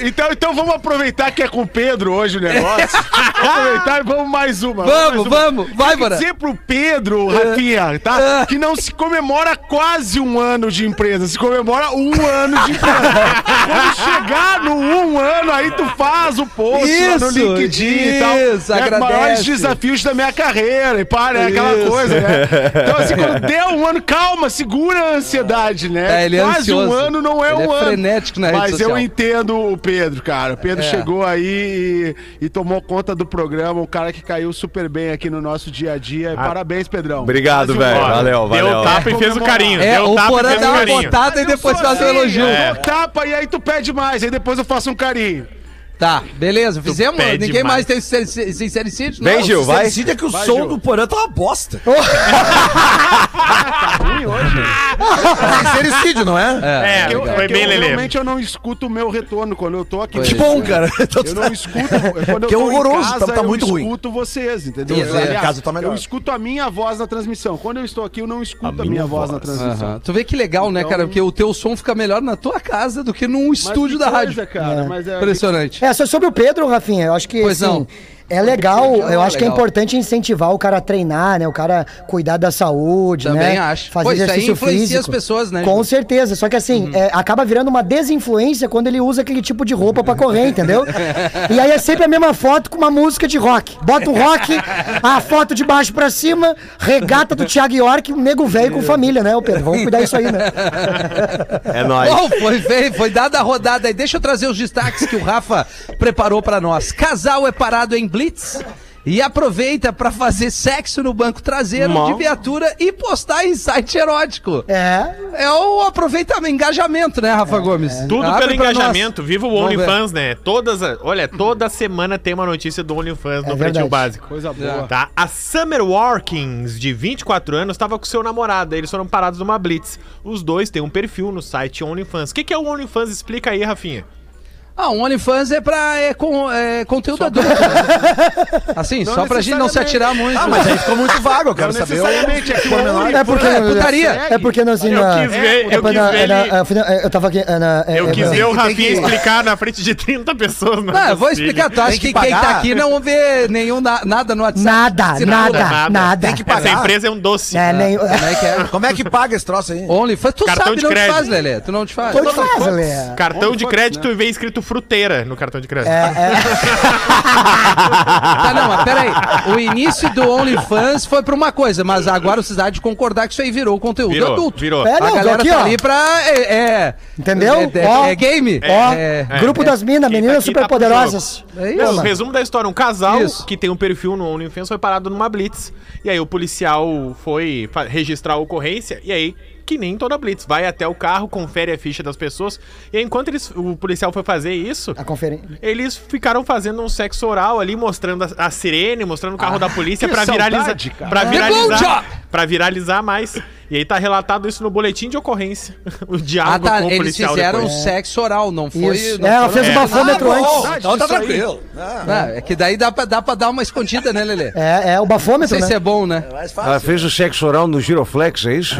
Speaker 4: Então, então vamos aproveitar que é com o Pedro hoje o negócio. vamos aproveitar e vamos mais uma.
Speaker 5: Vamos,
Speaker 4: mais uma.
Speaker 5: vamos. Vai,
Speaker 4: Tem que
Speaker 5: Bora.
Speaker 4: dizer pro Pedro, Rafinha, tá?
Speaker 5: Ah.
Speaker 4: Que não se comemora quase um ano de empresa, se comemora um ano de empresa. Quando chegar no um ano, aí tu faz o post lá no
Speaker 5: Isso,
Speaker 4: LinkedIn e tal.
Speaker 5: isso,
Speaker 4: é
Speaker 5: agradece.
Speaker 4: maiores desafios da minha carreira, e para, é aquela coisa, né? Então, assim, quando der um ano, calma, segura a ansiedade, né?
Speaker 5: É, ele é
Speaker 4: quase um
Speaker 5: ansioso.
Speaker 4: ano não é
Speaker 5: Ele é
Speaker 4: um ano.
Speaker 5: frenético na rede
Speaker 4: Mas eu
Speaker 5: social.
Speaker 4: entendo o Pedro, cara. O Pedro
Speaker 5: É.
Speaker 4: chegou aí e, e tomou conta do programa, um cara que caiu super bem aqui no nosso dia a dia. Parabéns, Pedrão.
Speaker 8: Ah, Obrigado,
Speaker 4: Faz um
Speaker 8: velho.
Speaker 4: gol.
Speaker 6: Deu
Speaker 8: Valeu, valeu.
Speaker 6: o tapa e fez o carinho.
Speaker 5: É,
Speaker 6: Deu
Speaker 5: o
Speaker 6: tapa
Speaker 5: Porã
Speaker 6: e fez
Speaker 5: dá
Speaker 6: o
Speaker 5: uma
Speaker 6: carinho. É.
Speaker 5: botada e
Speaker 4: Eu
Speaker 5: depois
Speaker 4: sou
Speaker 5: faz o
Speaker 4: assim,
Speaker 5: elogio.
Speaker 4: eu dou Tapa e aí tu pede mais, aí depois eu faço um carinho.
Speaker 5: Tá, beleza, fizemos.
Speaker 6: pede
Speaker 5: Ninguém
Speaker 6: mais.
Speaker 5: mais tem sincer- sincericídio? não?
Speaker 8: Vem, Gil, vai.
Speaker 3: Decide que o som
Speaker 4: Gil.
Speaker 3: do Porã tá uma bosta.
Speaker 4: Oh.
Speaker 9: Sericídio, não é?
Speaker 5: É,
Speaker 6: É,
Speaker 4: Eu- é
Speaker 6: foi
Speaker 4: que
Speaker 6: bem,
Speaker 4: eu,
Speaker 6: Lelê.
Speaker 4: realmente eu não escuto o meu retorno quando eu tô aqui.
Speaker 5: Pois
Speaker 3: Que bom, cara. Então
Speaker 4: Eu
Speaker 3: tu
Speaker 4: não
Speaker 3: tá-
Speaker 4: escuto. Quando eu
Speaker 3: Que é
Speaker 4: tô em
Speaker 3: horroroso,
Speaker 4: casa,
Speaker 3: tá- tá
Speaker 4: eu
Speaker 3: muito ruim.
Speaker 4: escuto vocês, entendeu?
Speaker 5: Isso, é,
Speaker 4: Aliás,
Speaker 3: em casa tá melhor.
Speaker 4: Eu escuto a minha voz na transmissão. Quando eu estou aqui, eu não escuto a, minha, voz, na transmissão.
Speaker 5: Aham. Tu vê que legal, né, cara? Porque o teu som fica melhor na tua casa do que num
Speaker 4: Mas
Speaker 5: estúdio
Speaker 4: que
Speaker 5: da
Speaker 4: coisa,
Speaker 5: rádio.
Speaker 4: Cara, mas é,
Speaker 5: Impressionante.
Speaker 7: É, só sobre o Pedro, Rafinha, eu acho que.
Speaker 5: Pois não.
Speaker 7: É legal,
Speaker 5: Legal,
Speaker 7: eu acho que é
Speaker 5: legal.
Speaker 7: importante incentivar o cara a treinar, né? O cara cuidar da saúde, né?
Speaker 5: Também acho.
Speaker 7: Fazer
Speaker 5: Pô, isso aí
Speaker 7: exercício
Speaker 5: influencia
Speaker 7: físico.
Speaker 5: as pessoas, né,
Speaker 7: Com
Speaker 5: Ju? Uhum.
Speaker 7: certeza. Só que assim, é, acaba virando uma desinfluência quando ele usa aquele tipo de roupa pra correr, entendeu? e aí é sempre a mesma foto com uma música de rock. Bota um rock, a foto de baixo pra cima, regata do Thiago York, um nego velho com família, né, ô Pedro? Vamos cuidar disso aí, né?
Speaker 8: É nóis.
Speaker 5: Bom, foi, foi, foi dada a rodada aí. Deixa eu trazer os destaques que o Rafa preparou pra nós. Casal é parado em Blitz e aproveita pra fazer sexo no banco traseiro de viatura e postar em site erótico.
Speaker 7: É.
Speaker 5: É o aproveitamento, engajamento, né, Rafa Gomes?
Speaker 6: Tudo
Speaker 5: Abre
Speaker 6: pelo
Speaker 5: pra nós.
Speaker 6: engajamento. Viva o
Speaker 5: Vamos ver.
Speaker 6: OnlyFans, né? Todas, a- olha, toda semana tem uma notícia do OnlyFans no Pretinho
Speaker 7: verdade.
Speaker 6: Básico.
Speaker 4: Coisa boa.
Speaker 6: Tá? A Summer Walkins, de 24 anos, estava com seu namorado. Eles foram parados numa blitz. Os dois têm um perfil no site OnlyFans. O que, que é o OnlyFans? Explica aí, Rafinha.
Speaker 5: Ah, o OnlyFans é pra é, com, é, conteúdo adulto. né? Assim, só pra gente não se atirar muito.
Speaker 3: Ah, mas aí ficou muito vago, eu quero saber.
Speaker 4: Necessariamente, é que o
Speaker 3: pormenor.
Speaker 7: É porque,
Speaker 5: É putaria.
Speaker 7: é porque não, assim,
Speaker 6: Eu
Speaker 7: na-
Speaker 6: quis ver,
Speaker 7: é
Speaker 6: eu
Speaker 7: pra-
Speaker 6: quis
Speaker 7: na-
Speaker 6: ver
Speaker 7: na-
Speaker 6: ele-
Speaker 7: na- fui na- Eu tava aqui. é, na- é,
Speaker 6: Eu
Speaker 7: é,
Speaker 6: quis
Speaker 7: na-
Speaker 6: ver o
Speaker 3: tem
Speaker 6: Rafinha
Speaker 3: que-
Speaker 6: explicar na frente de 30 pessoas. Não, é
Speaker 5: Ah, eu vou
Speaker 6: possível.
Speaker 5: explicar, tu acha
Speaker 3: Tem
Speaker 5: que,
Speaker 3: que
Speaker 5: quem tá
Speaker 3: pagar?
Speaker 5: aqui não vê nenhum na- nada no WhatsApp?
Speaker 7: Nada,
Speaker 5: Sinal-
Speaker 7: nada,
Speaker 6: nada.
Speaker 7: nada.
Speaker 3: Tem que
Speaker 6: Essa
Speaker 3: pagar.
Speaker 6: empresa é um doce.
Speaker 7: É, nem-
Speaker 5: Como é que é?
Speaker 3: Como é que paga esse troço aí?
Speaker 5: OnlyFans, tu
Speaker 6: Cartão
Speaker 5: sabe,
Speaker 6: de
Speaker 5: não te
Speaker 6: crédito.
Speaker 5: faz, Lelê. Tu não te faz.
Speaker 7: Tô de casa, Lê.
Speaker 6: Cartão de crédito e vem escrito fruteira no cartão de crédito.
Speaker 5: Tá, não, mas peraí. O início do OnlyFans foi pra uma coisa, mas agora vocês há de concordar que isso aí virou conteúdo
Speaker 6: Virou,
Speaker 5: adulto.
Speaker 6: virou.
Speaker 7: É,
Speaker 5: a
Speaker 7: não,
Speaker 5: galera
Speaker 7: aqui,
Speaker 5: tá
Speaker 7: ó.
Speaker 5: ali pra. É, é-
Speaker 7: Entendeu?
Speaker 5: É, é-
Speaker 7: Ó.
Speaker 5: é game.
Speaker 7: Ó,
Speaker 5: É.
Speaker 7: grupo das minas,
Speaker 6: Quem tá
Speaker 7: meninas
Speaker 6: aqui tá pro
Speaker 7: superpoderosas.
Speaker 5: É
Speaker 6: Não, o
Speaker 5: isso.
Speaker 6: resumo da história, um casal
Speaker 5: Isso.
Speaker 6: que tem um perfil no OnlyFans foi parado numa blitz, e aí o policial foi fa- registrar a ocorrência, e aí, que nem toda blitz, vai até o carro, confere a ficha das pessoas, e aí, enquanto eles, o policial foi fazer isso,
Speaker 7: A conferência.
Speaker 6: eles ficaram fazendo um sexo oral ali, mostrando a, a sirene, mostrando o carro
Speaker 5: Ah,
Speaker 6: da polícia pra viralizar,
Speaker 4: saudade, cara.
Speaker 6: pra viralizar,
Speaker 5: Revolta!
Speaker 6: pra viralizar mais. E aí tá relatado isso no boletim de ocorrência, o
Speaker 5: Ah,
Speaker 6: diálogo
Speaker 5: tá.
Speaker 6: com o
Speaker 5: Eles
Speaker 6: policial
Speaker 5: fizeram
Speaker 6: depois. É.
Speaker 5: sexo oral, não foi.
Speaker 7: Isso.
Speaker 5: não
Speaker 7: É, ela
Speaker 5: foram-
Speaker 7: fez o bafômetro antes.
Speaker 3: Então tá tranquilo. Ah,
Speaker 5: Ah, é que daí dá pra, dá pra dar uma escondida, né, Lelê?
Speaker 7: É, é o
Speaker 5: Não
Speaker 7: bafômetro,
Speaker 5: sei
Speaker 7: né?
Speaker 5: se é bom, né?
Speaker 3: mais
Speaker 8: Ela
Speaker 3: fácil.
Speaker 8: fez o sexo oral no giroflex, é isso?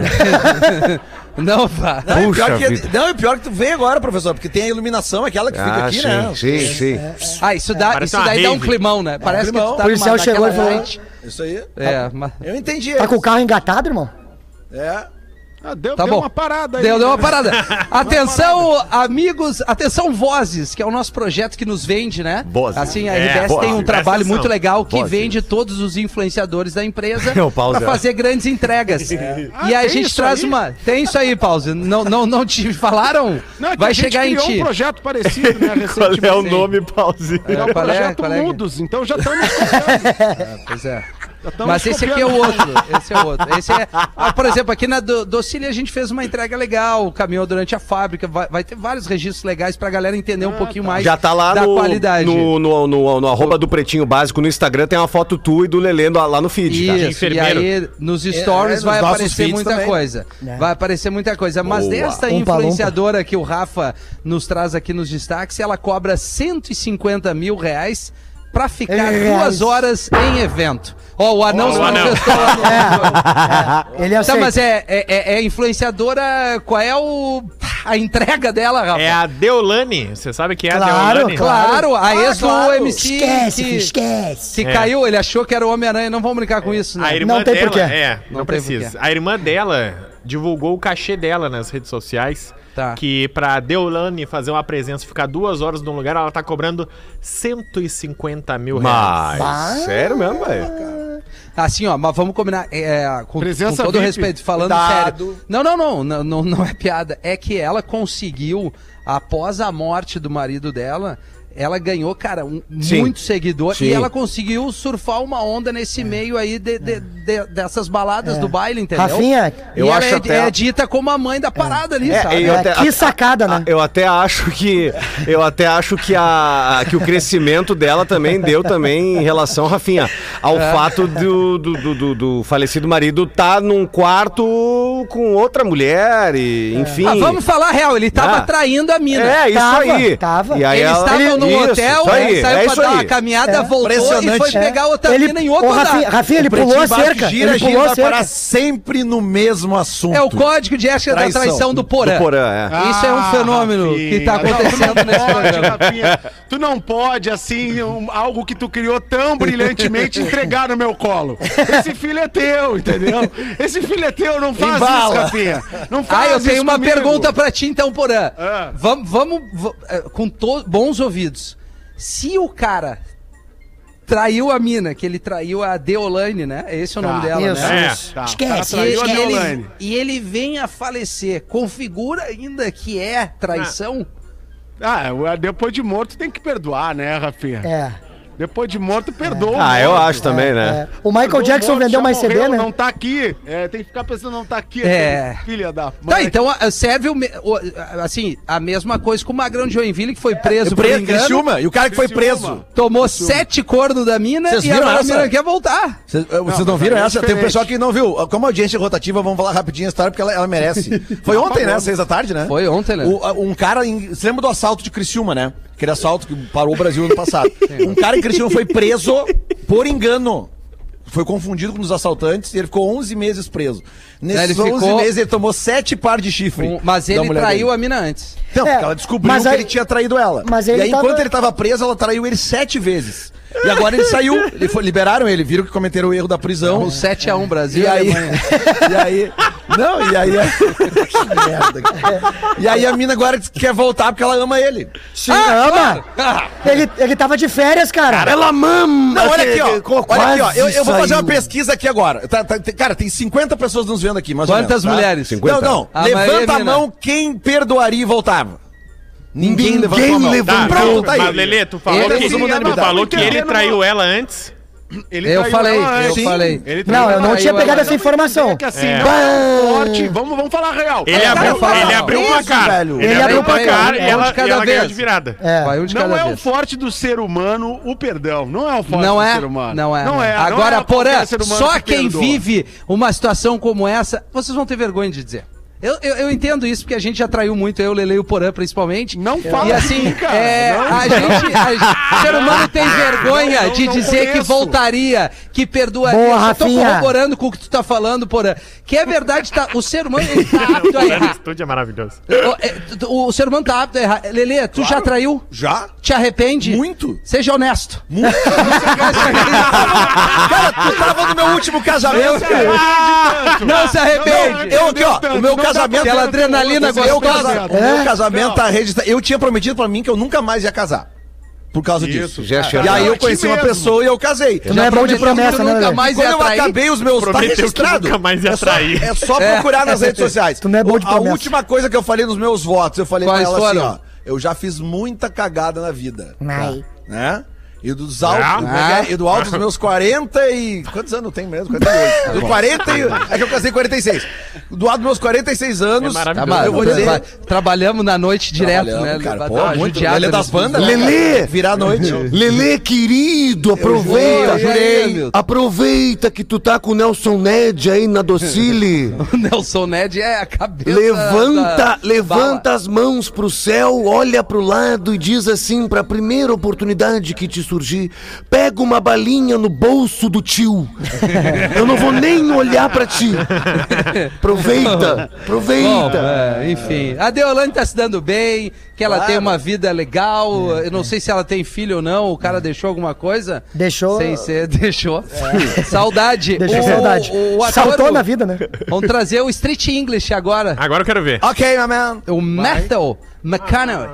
Speaker 5: Não, vá.
Speaker 3: Não, e
Speaker 8: Puxa
Speaker 3: pior que,
Speaker 8: vida.
Speaker 3: não, e pior que tu vem agora, professor, porque tem a iluminação, aquela que fica
Speaker 8: Ah,
Speaker 3: aqui,
Speaker 8: sim,
Speaker 3: né?
Speaker 8: sim, sim.
Speaker 5: Ah, isso, dá,
Speaker 6: Parece
Speaker 5: isso
Speaker 6: uma
Speaker 5: daí dá um
Speaker 6: rave.
Speaker 5: climão, né? Parece
Speaker 3: climão.
Speaker 5: que tu tá
Speaker 7: O policial
Speaker 5: numa-
Speaker 7: chegou e
Speaker 5: naquela
Speaker 7: falou-
Speaker 5: noite.
Speaker 3: Isso aí.
Speaker 5: É, mas...
Speaker 3: Eu entendi.
Speaker 7: Tá
Speaker 3: esse.
Speaker 7: com o carro engatado, irmão?
Speaker 3: É.
Speaker 4: Ah, deu
Speaker 5: Tá
Speaker 4: deu
Speaker 5: bom.
Speaker 4: uma parada aí. né?
Speaker 5: Deu, deu uma parada. Atenção, amigos, atenção, Vozes, que é o nosso projeto que nos vende, né?
Speaker 8: Vozes.
Speaker 5: Assim, a
Speaker 6: É,
Speaker 5: RBS
Speaker 6: Vozes,
Speaker 5: tem um
Speaker 6: presta
Speaker 5: trabalho
Speaker 6: atenção.
Speaker 5: muito legal que
Speaker 8: Vozes.
Speaker 5: vende todos os influenciadores da empresa
Speaker 8: É o Pause,
Speaker 5: para fazer grandes entregas. E
Speaker 4: Ah,
Speaker 5: a
Speaker 4: tem
Speaker 5: gente
Speaker 4: isso
Speaker 5: traz
Speaker 4: aí?
Speaker 5: uma. Tem isso aí, Pause. Não, não, não te falaram?
Speaker 4: Não, é que
Speaker 5: Vai
Speaker 4: a gente
Speaker 5: chegar em
Speaker 4: criou
Speaker 5: ti.
Speaker 4: um projeto parecido, né,
Speaker 8: Qual
Speaker 4: recentemente.
Speaker 8: é o nome, pauzinho?
Speaker 4: É o
Speaker 5: Qual é,
Speaker 4: projeto
Speaker 5: qual é?
Speaker 4: Mudos, então já estamos
Speaker 5: Pois é.
Speaker 4: já estamos
Speaker 5: Mas esse aqui é o outro. Esse é o outro. Esse é, ah, por exemplo, aqui na do, Docília a gente fez uma entrega legal, caminhou durante a fábrica, vai, vai ter vários registros legais pra galera entender um pouquinho mais
Speaker 8: Já tá lá
Speaker 5: da
Speaker 8: no,
Speaker 5: qualidade.
Speaker 8: No, no, no- no arroba do Pretinho Básico no Instagram, tem uma foto tua e do Lelê no- lá no feed. cara.
Speaker 5: Isso, e aí nos
Speaker 8: É,
Speaker 5: stories
Speaker 3: É, nos
Speaker 5: vai
Speaker 3: nossos
Speaker 5: aparecer
Speaker 3: feeds
Speaker 5: muita
Speaker 3: também. É.
Speaker 5: coisa. Vai aparecer muita coisa. Mas
Speaker 8: Boa.
Speaker 5: desta
Speaker 7: Umpa,
Speaker 5: influenciadora que o Rafa nos traz aqui nos destaques, ela cobra 150 mil reais pra
Speaker 3: É
Speaker 5: ficar
Speaker 7: Reais.
Speaker 5: duas horas em evento. Ó, o anão se
Speaker 6: o anão.
Speaker 5: manifestou lá no- É.
Speaker 7: Ele
Speaker 5: Tá,
Speaker 7: aceita.
Speaker 5: mas é, é, é- é influenciadora. Qual é o, a entrega dela, Rafa?
Speaker 6: É a Deolane, você sabe quem é a
Speaker 7: Claro, Ah,
Speaker 6: Deolane?
Speaker 5: Claro, a ex do
Speaker 3: claro.
Speaker 5: MC.
Speaker 7: Esquece,
Speaker 5: que,
Speaker 7: filho, esquece.
Speaker 5: Se caiu, ele achou que era o Homem-Aranha. Não vamos brincar com isso, né?
Speaker 6: É. A irmã
Speaker 7: Não tem
Speaker 6: dela,
Speaker 7: porquê.
Speaker 6: é, não,
Speaker 5: Não tem
Speaker 6: precisa. A irmã dela divulgou o cachê dela nas redes sociais.
Speaker 5: Tá.
Speaker 6: Que pra Deolane fazer uma presença, ficar duas horas num lugar, ela tá cobrando 150 mil reais.
Speaker 8: Mas, sério mesmo, velho?
Speaker 5: Assim, ó, mas vamos combinar. é, com,
Speaker 4: Presença
Speaker 5: com todo
Speaker 4: VIP.
Speaker 5: respeito, falando
Speaker 3: Cuidado.
Speaker 5: sério. Não, não, não, não, não, não é piada. É que ela conseguiu, após a morte do marido dela. Ela ganhou, cara, um,
Speaker 8: Sim.
Speaker 5: muito seguidor
Speaker 8: Sim. É.
Speaker 5: e ela conseguiu surfar uma onda nesse meio aí de- de- de- dessas baladas do baile, entendeu?
Speaker 7: Rafinha,
Speaker 5: E
Speaker 8: Eu
Speaker 5: ela
Speaker 8: acho
Speaker 5: é,
Speaker 8: até-
Speaker 5: é dita como a mãe da parada ali,
Speaker 8: É,
Speaker 5: sabe?
Speaker 8: e
Speaker 7: É, que sacada,
Speaker 8: a-
Speaker 7: né?
Speaker 8: Eu até acho que eu até acho que, a, que o crescimento dela também deu também em relação,
Speaker 5: É.
Speaker 8: Rafinha, ao fato do, do, do- do- do falecido marido estar num tá quarto com, com outra mulher e,
Speaker 7: É.
Speaker 8: enfim.
Speaker 5: Ah, vamos falar real, ele tava
Speaker 8: Ah.
Speaker 5: traindo a mina.
Speaker 8: É, isso
Speaker 7: Tava,
Speaker 8: aí.
Speaker 7: tava.
Speaker 8: E aí
Speaker 5: Eles
Speaker 8: ela-
Speaker 5: estavam no
Speaker 8: Isso,
Speaker 5: hotel,
Speaker 8: isso aí,
Speaker 5: ele saiu
Speaker 8: é
Speaker 5: pra
Speaker 8: isso
Speaker 5: dar
Speaker 8: aí.
Speaker 5: uma caminhada,
Speaker 7: É.
Speaker 5: voltou e
Speaker 3: Impressionante.
Speaker 5: foi pegar outra
Speaker 7: Ele-
Speaker 5: mina em
Speaker 7: Ô,
Speaker 5: outro
Speaker 7: Rafinha,
Speaker 5: andar.
Speaker 7: Rafinha, ele
Speaker 3: Pretinho
Speaker 7: pulou a
Speaker 3: Básico
Speaker 7: cerca.
Speaker 3: Gira,
Speaker 7: Ele
Speaker 3: gira,
Speaker 7: pulou a
Speaker 3: vai
Speaker 7: cerca.
Speaker 3: parar sempre no mesmo assunto.
Speaker 5: É o código de ética da
Speaker 3: Traição.
Speaker 5: traição do Porã.
Speaker 8: Do Porã, é.
Speaker 5: Isso é um
Speaker 4: Ah,
Speaker 5: fenômeno
Speaker 4: Rafinha.
Speaker 5: que tá
Speaker 4: Não, tu não
Speaker 5: acontecendo nesse
Speaker 4: pode,
Speaker 5: programa.
Speaker 4: Rafinha. Tu não pode, assim, um- algo que tu criou tão brilhantemente entregar no meu colo. Esse filho é teu, entendeu? Esse filho é teu, não faz isso,
Speaker 3: Embala.
Speaker 4: Rafinha. Não
Speaker 5: Ah,
Speaker 4: faz
Speaker 5: eu tenho
Speaker 4: isso
Speaker 5: uma
Speaker 4: comigo.
Speaker 5: pergunta pra ti então, Porã.
Speaker 4: Ah.
Speaker 5: Vamos, vamos, va- eh, com to- bons ouvidos. Se o cara traiu a mina, que ele traiu a Deolane, né? Esse é o nome dela,
Speaker 7: Isso.
Speaker 5: né?
Speaker 6: É,
Speaker 7: isso.
Speaker 4: tá.
Speaker 7: Esquece.
Speaker 5: E,
Speaker 4: Traiu a
Speaker 5: e ele,
Speaker 4: Deolane.
Speaker 5: e ele vem a falecer. Configura ainda que é traição?
Speaker 4: Ah, ué, depois de morto tem que perdoar, né, Rafinha?
Speaker 7: É.
Speaker 4: Depois de morto, perdoa.
Speaker 8: Ah,
Speaker 4: o
Speaker 8: eu
Speaker 4: morto.
Speaker 8: acho também, né?
Speaker 7: É. O Michael Jackson
Speaker 4: morto
Speaker 7: vendeu
Speaker 4: já
Speaker 7: mais CD,
Speaker 4: morreu,
Speaker 7: né?
Speaker 4: Não tá aqui. É, tem que ficar pensando, não tá aqui.
Speaker 5: É.
Speaker 4: aquele Filha da mãe.
Speaker 5: Tá, então ah, serve o, me- o- ah, assim, a mesma coisa com o Magrão de Joinville que foi preso por
Speaker 3: Pre-
Speaker 5: engano,
Speaker 3: Criciúma, e o cara que foi
Speaker 4: É, Criciúma.
Speaker 3: preso.
Speaker 5: tomou sete corno da mina
Speaker 3: Vocês
Speaker 5: e
Speaker 3: viram
Speaker 5: agora a
Speaker 3: essa?
Speaker 5: mina quer voltar.
Speaker 3: Vocês eh, vocês não,
Speaker 4: mas
Speaker 3: viram
Speaker 4: aí é
Speaker 3: essa? Tem um
Speaker 4: diferente.
Speaker 3: pessoal que não viu. Como audiência rotativa, vamos falar rapidinho a história, porque ela, ela merece. Foi ontem, né? Seis da tarde, né?
Speaker 5: Tá Foi ontem, né?
Speaker 3: O- a- um cara. Em, você lembra do assalto de Criciúma, né? Aquele assalto que parou o Brasil ano passado. um cara em Criciúma foi preso por engano. Foi confundido com um dos assaltantes e ele ficou 11 meses preso. Nesses
Speaker 5: É, Ele
Speaker 3: 11
Speaker 5: ficou-
Speaker 3: meses ele tomou 7 par de chifre.
Speaker 5: Um- mas
Speaker 3: da
Speaker 5: ele
Speaker 3: mulher
Speaker 5: traiu
Speaker 3: dele.
Speaker 5: a mina antes.
Speaker 3: Não,
Speaker 7: É,
Speaker 3: porque ela descobriu
Speaker 7: mas
Speaker 3: que
Speaker 7: aí-
Speaker 3: ele tinha traído ela.
Speaker 7: mas
Speaker 3: e
Speaker 7: ele
Speaker 3: aí,
Speaker 7: tava-
Speaker 3: enquanto ele tava preso, ela traiu ele sete vezes. E agora ele saiu, ele foi- liberaram ele, viram que cometeram o erro da prisão.
Speaker 5: Um 7x1 Brasil.
Speaker 3: E aí,
Speaker 5: Alemanha.
Speaker 3: e aí, não, e aí, que merda, cara. e aí a mina agora diz que quer voltar porque ela ama ele. Ah,
Speaker 7: Sim, ama.
Speaker 6: Ah.
Speaker 7: Ele, ele tava de férias, cara.
Speaker 9: Ela mama!
Speaker 3: Não, olha aqui, ó. Olha aqui, ó. Eu, eu vou fazer uma
Speaker 9: pergunta.
Speaker 3: pesquisa aqui agora. Tá- tá- tem- cara, tem 50 pessoas nos vendo aqui, mas
Speaker 5: Quantas mulheres?
Speaker 3: 50. tá? Não, não.
Speaker 5: A
Speaker 3: levanta
Speaker 5: maioria,
Speaker 3: a mão quem perdoaria e voltava. Ninguém, levantou a mão.
Speaker 5: um
Speaker 6: Tá,
Speaker 3: Pronto, tá aí. é
Speaker 6: mas Lelê, tu falou,
Speaker 5: Ele
Speaker 6: que,
Speaker 5: usou
Speaker 6: tu
Speaker 3: unanimidade.
Speaker 6: falou que ele
Speaker 4: Entendendo,
Speaker 6: traiu
Speaker 4: mano.
Speaker 6: ela antes.
Speaker 4: Ele
Speaker 5: Eu
Speaker 4: traiu
Speaker 5: falei,
Speaker 4: ela
Speaker 5: eu
Speaker 4: antes.
Speaker 5: falei.
Speaker 4: Ele traiu
Speaker 6: tá
Speaker 7: Não, eu
Speaker 4: ela
Speaker 7: não
Speaker 4: antes.
Speaker 7: tinha
Speaker 5: Aí,
Speaker 7: pegado
Speaker 5: aí,
Speaker 7: essa informação.
Speaker 4: É que assim,
Speaker 6: É.
Speaker 4: não é forte. Vamos, vamos falar real.
Speaker 6: Ele
Speaker 4: Ela
Speaker 6: abriu,
Speaker 5: não É, fala,
Speaker 6: ele
Speaker 5: não.
Speaker 6: abriu o
Speaker 5: Isso,
Speaker 6: placar.
Speaker 3: velho.
Speaker 6: Ele
Speaker 7: Ele
Speaker 6: abriu o
Speaker 7: abriu o
Speaker 6: placar
Speaker 7: placar,
Speaker 6: e
Speaker 5: um
Speaker 6: ela,
Speaker 5: de cada
Speaker 6: e ela ganhou
Speaker 5: vez.
Speaker 6: de virada.
Speaker 7: É.
Speaker 5: Vai um de
Speaker 4: Não
Speaker 5: cada
Speaker 4: é o
Speaker 5: vez.
Speaker 4: forte do ser humano o perdão. Não é o forte
Speaker 5: Não
Speaker 4: do
Speaker 5: é,
Speaker 4: ser humano.
Speaker 5: não é, não é.
Speaker 4: não
Speaker 5: Agora,
Speaker 4: é
Speaker 5: Porã,
Speaker 4: qualquer ser humano
Speaker 5: só
Speaker 4: que
Speaker 5: quem
Speaker 4: perdoa.
Speaker 5: vive uma situação como essa, vocês vão ter vergonha de dizer. Eu, eu, eu entendo isso porque a gente já traiu muito, eu, Lele e o Porã principalmente.
Speaker 4: Não fala
Speaker 5: E assim,
Speaker 4: assim, cara.
Speaker 5: é,
Speaker 4: Não.
Speaker 5: a gente, a gente- o ser humano tem vergonha
Speaker 4: Não, não,
Speaker 5: de
Speaker 4: não
Speaker 5: dizer que
Speaker 4: conheço.
Speaker 5: voltaria, que perdoaria.
Speaker 7: Boa,
Speaker 5: Eu só tô
Speaker 7: Rafinha.
Speaker 5: corroborando com o que tu tá falando, Porã. Que é verdade, tá, o ser humano ele tá apto a
Speaker 6: O
Speaker 5: errar.
Speaker 6: estúdio é maravilhoso.
Speaker 5: O, é, tu- o ser humano tá apto a errar. Lele, tu já traiu?
Speaker 3: Já?
Speaker 5: Te arrepende?
Speaker 3: Muito.
Speaker 5: Seja honesto.
Speaker 3: Cara, tu tava no meu último casamento.
Speaker 5: Não se arrepende.
Speaker 3: Eu aqui, ó, o meu
Speaker 4: Não dá
Speaker 3: casamento.
Speaker 5: pra- Aquela adrenalina
Speaker 3: eu, eu,
Speaker 5: gostosa.
Speaker 3: casa- O meu casamento tá registrado. Eu tinha prometido pra mim que eu nunca mais ia casar. Por causa disso.
Speaker 8: Já chegou.
Speaker 3: E aí eu
Speaker 4: Aqui
Speaker 3: conheci uma
Speaker 4: mesmo.
Speaker 3: pessoa e eu casei.
Speaker 7: Não é bom de
Speaker 5: Prometeu que
Speaker 7: promessa, né?
Speaker 5: Nunca
Speaker 7: Lelê?
Speaker 5: mais ia
Speaker 3: Quando eu
Speaker 5: atrair.
Speaker 3: acabei os meus, tá
Speaker 6: Prometeu que
Speaker 3: registrado.
Speaker 6: nunca mais ia
Speaker 3: é só,
Speaker 6: trair.
Speaker 3: é só procurar nas redes sociais.
Speaker 7: Tu não é bom de
Speaker 3: a
Speaker 7: promessa.
Speaker 3: última coisa que eu falei nos meus votos, eu falei
Speaker 5: Quais
Speaker 3: pra ela
Speaker 5: foram?
Speaker 3: assim, ó. Eu já fiz muita cagada na vida.
Speaker 7: Ai.
Speaker 3: Né? E dos altos,
Speaker 6: Ah.
Speaker 3: como é que é? e do alto dos meus 40 e. Quantos anos eu tenho mesmo?
Speaker 5: Tá
Speaker 3: 48. Do 40 e. É que eu casei com 46. Do alto dos meus 46 anos.
Speaker 6: É maravilhoso.
Speaker 5: Tá, mas,
Speaker 3: eu vou dizer.
Speaker 5: mas Trabalhamos na noite direto, né?
Speaker 3: Trabalhando, Cara,
Speaker 5: Tá
Speaker 3: pô, muito
Speaker 5: judiado
Speaker 3: Lelê das
Speaker 5: nesse-
Speaker 3: bandas. né,
Speaker 9: Lelê!
Speaker 3: cara? Virar a noite.
Speaker 9: Lelê, querido, aproveita.
Speaker 5: Eu jurei, Hamilton.
Speaker 9: aproveita que tu tá com o Nelson Ned aí na docile.
Speaker 5: O Nelson Ned é a cabeça. da-
Speaker 9: levanta,
Speaker 5: da
Speaker 9: levanta as mãos pro céu, olha pro lado e diz assim pra primeira oportunidade que te surgir, pega uma balinha no bolso do tio. Eu não vou nem olhar pra ti. Aproveita,
Speaker 5: bala. Bom,
Speaker 9: aproveita.
Speaker 5: é, enfim, a Deolane tá se dando bem, que ela tem uma vida legal. eu não sei se ela tem filho ou não. O cara deixou alguma coisa?
Speaker 7: Deixou.
Speaker 5: Sem ser, deixou. Saudade.
Speaker 7: Deixa
Speaker 5: O-
Speaker 7: eu verdade.
Speaker 5: o- o ator-
Speaker 7: Saltou na vida, né?
Speaker 5: Vamos trazer o Street English agora.
Speaker 6: Agora eu quero ver.
Speaker 3: ok, my man.
Speaker 5: O Metal McConnell.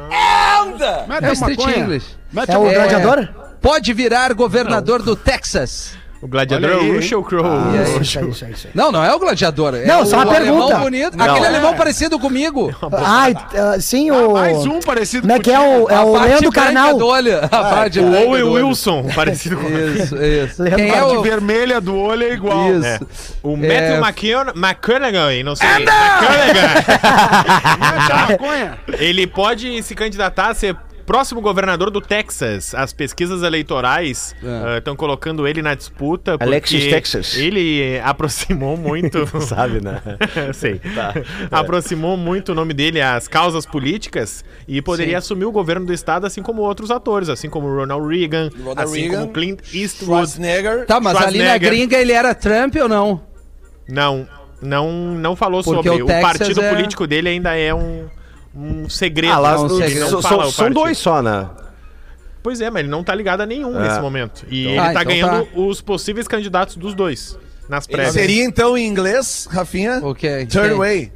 Speaker 4: Mete
Speaker 5: É o
Speaker 4: a
Speaker 5: Street
Speaker 4: maconha.
Speaker 5: English.
Speaker 4: Mete
Speaker 7: É
Speaker 4: a
Speaker 7: o
Speaker 4: maconha.
Speaker 7: gladiador?
Speaker 5: Pode virar governador do Texas. Ah,
Speaker 6: O gladiador é
Speaker 4: Olha aí,
Speaker 6: o
Speaker 4: hein?
Speaker 6: Russell Crowe.
Speaker 7: Isso aí, isso aí, isso aí.
Speaker 5: Não, não é o gladiador. É
Speaker 7: Não,
Speaker 5: o
Speaker 7: só uma
Speaker 5: alemão
Speaker 7: pergunta.
Speaker 5: bonito.
Speaker 8: Não,
Speaker 5: Aquele
Speaker 8: é.
Speaker 5: alemão parecido comigo.
Speaker 6: É
Speaker 7: Ai, ah, sim, o.
Speaker 4: Mais um parecido
Speaker 7: Como é que é
Speaker 4: contigo.
Speaker 7: o. É
Speaker 5: A
Speaker 7: o
Speaker 5: parte
Speaker 7: Leandro
Speaker 5: branca
Speaker 7: Carnal.
Speaker 5: do olho. A parte
Speaker 6: Ah, O
Speaker 5: branca
Speaker 6: Owen
Speaker 5: do olho.
Speaker 6: Wilson, parecido com
Speaker 5: Isso, isso.
Speaker 7: Leandro
Speaker 5: Quem
Speaker 4: A
Speaker 5: é
Speaker 4: parte
Speaker 5: o...
Speaker 4: vermelha do olho é igual.
Speaker 5: Isso.
Speaker 6: É. O
Speaker 5: É.
Speaker 6: Matthew é... McConaughey, não sei. McConaughey.
Speaker 4: Mete a maconha.
Speaker 6: Ele pode se candidatar a ser Próximo governador do Texas. As pesquisas eleitorais
Speaker 5: É.
Speaker 6: estão colocando ele na disputa. porque
Speaker 8: Alexis Texas.
Speaker 6: Ele aproximou muito.
Speaker 8: Sabe, né?
Speaker 6: Sei.
Speaker 3: Tá.
Speaker 6: Aproximou muito o nome dele às causas políticas e poderia assumir o governo do estado, assim como outros atores, assim como Ronald Reagan,
Speaker 3: Ronald
Speaker 6: assim
Speaker 3: Reagan,
Speaker 6: como Clint Eastwood.
Speaker 3: Schwarzenegger.
Speaker 5: Tá, mas ali na
Speaker 6: Schwarzenegger.
Speaker 5: gringa ele era Trump ou não?
Speaker 6: Não, não, não falou
Speaker 5: Porque
Speaker 6: sobre.
Speaker 5: o
Speaker 6: O,
Speaker 5: Texas
Speaker 6: partido
Speaker 5: é-
Speaker 6: político dele ainda é um, um segredo.
Speaker 8: Ah, lá,
Speaker 5: Não,
Speaker 8: so-
Speaker 5: sei, não
Speaker 8: so-
Speaker 6: fala o
Speaker 8: são
Speaker 6: partido.
Speaker 8: dois só, né?
Speaker 6: Pois é, mas ele não tá ligado a nenhum
Speaker 8: É.
Speaker 6: nesse momento. E ele
Speaker 5: Ah,
Speaker 6: tá
Speaker 5: então
Speaker 6: ganhando os possíveis candidatos dos dois nas
Speaker 3: Ele
Speaker 6: prévias.
Speaker 3: seria então em inglês, Rafinha?
Speaker 5: Ok,
Speaker 3: Turn
Speaker 5: ok.
Speaker 3: away.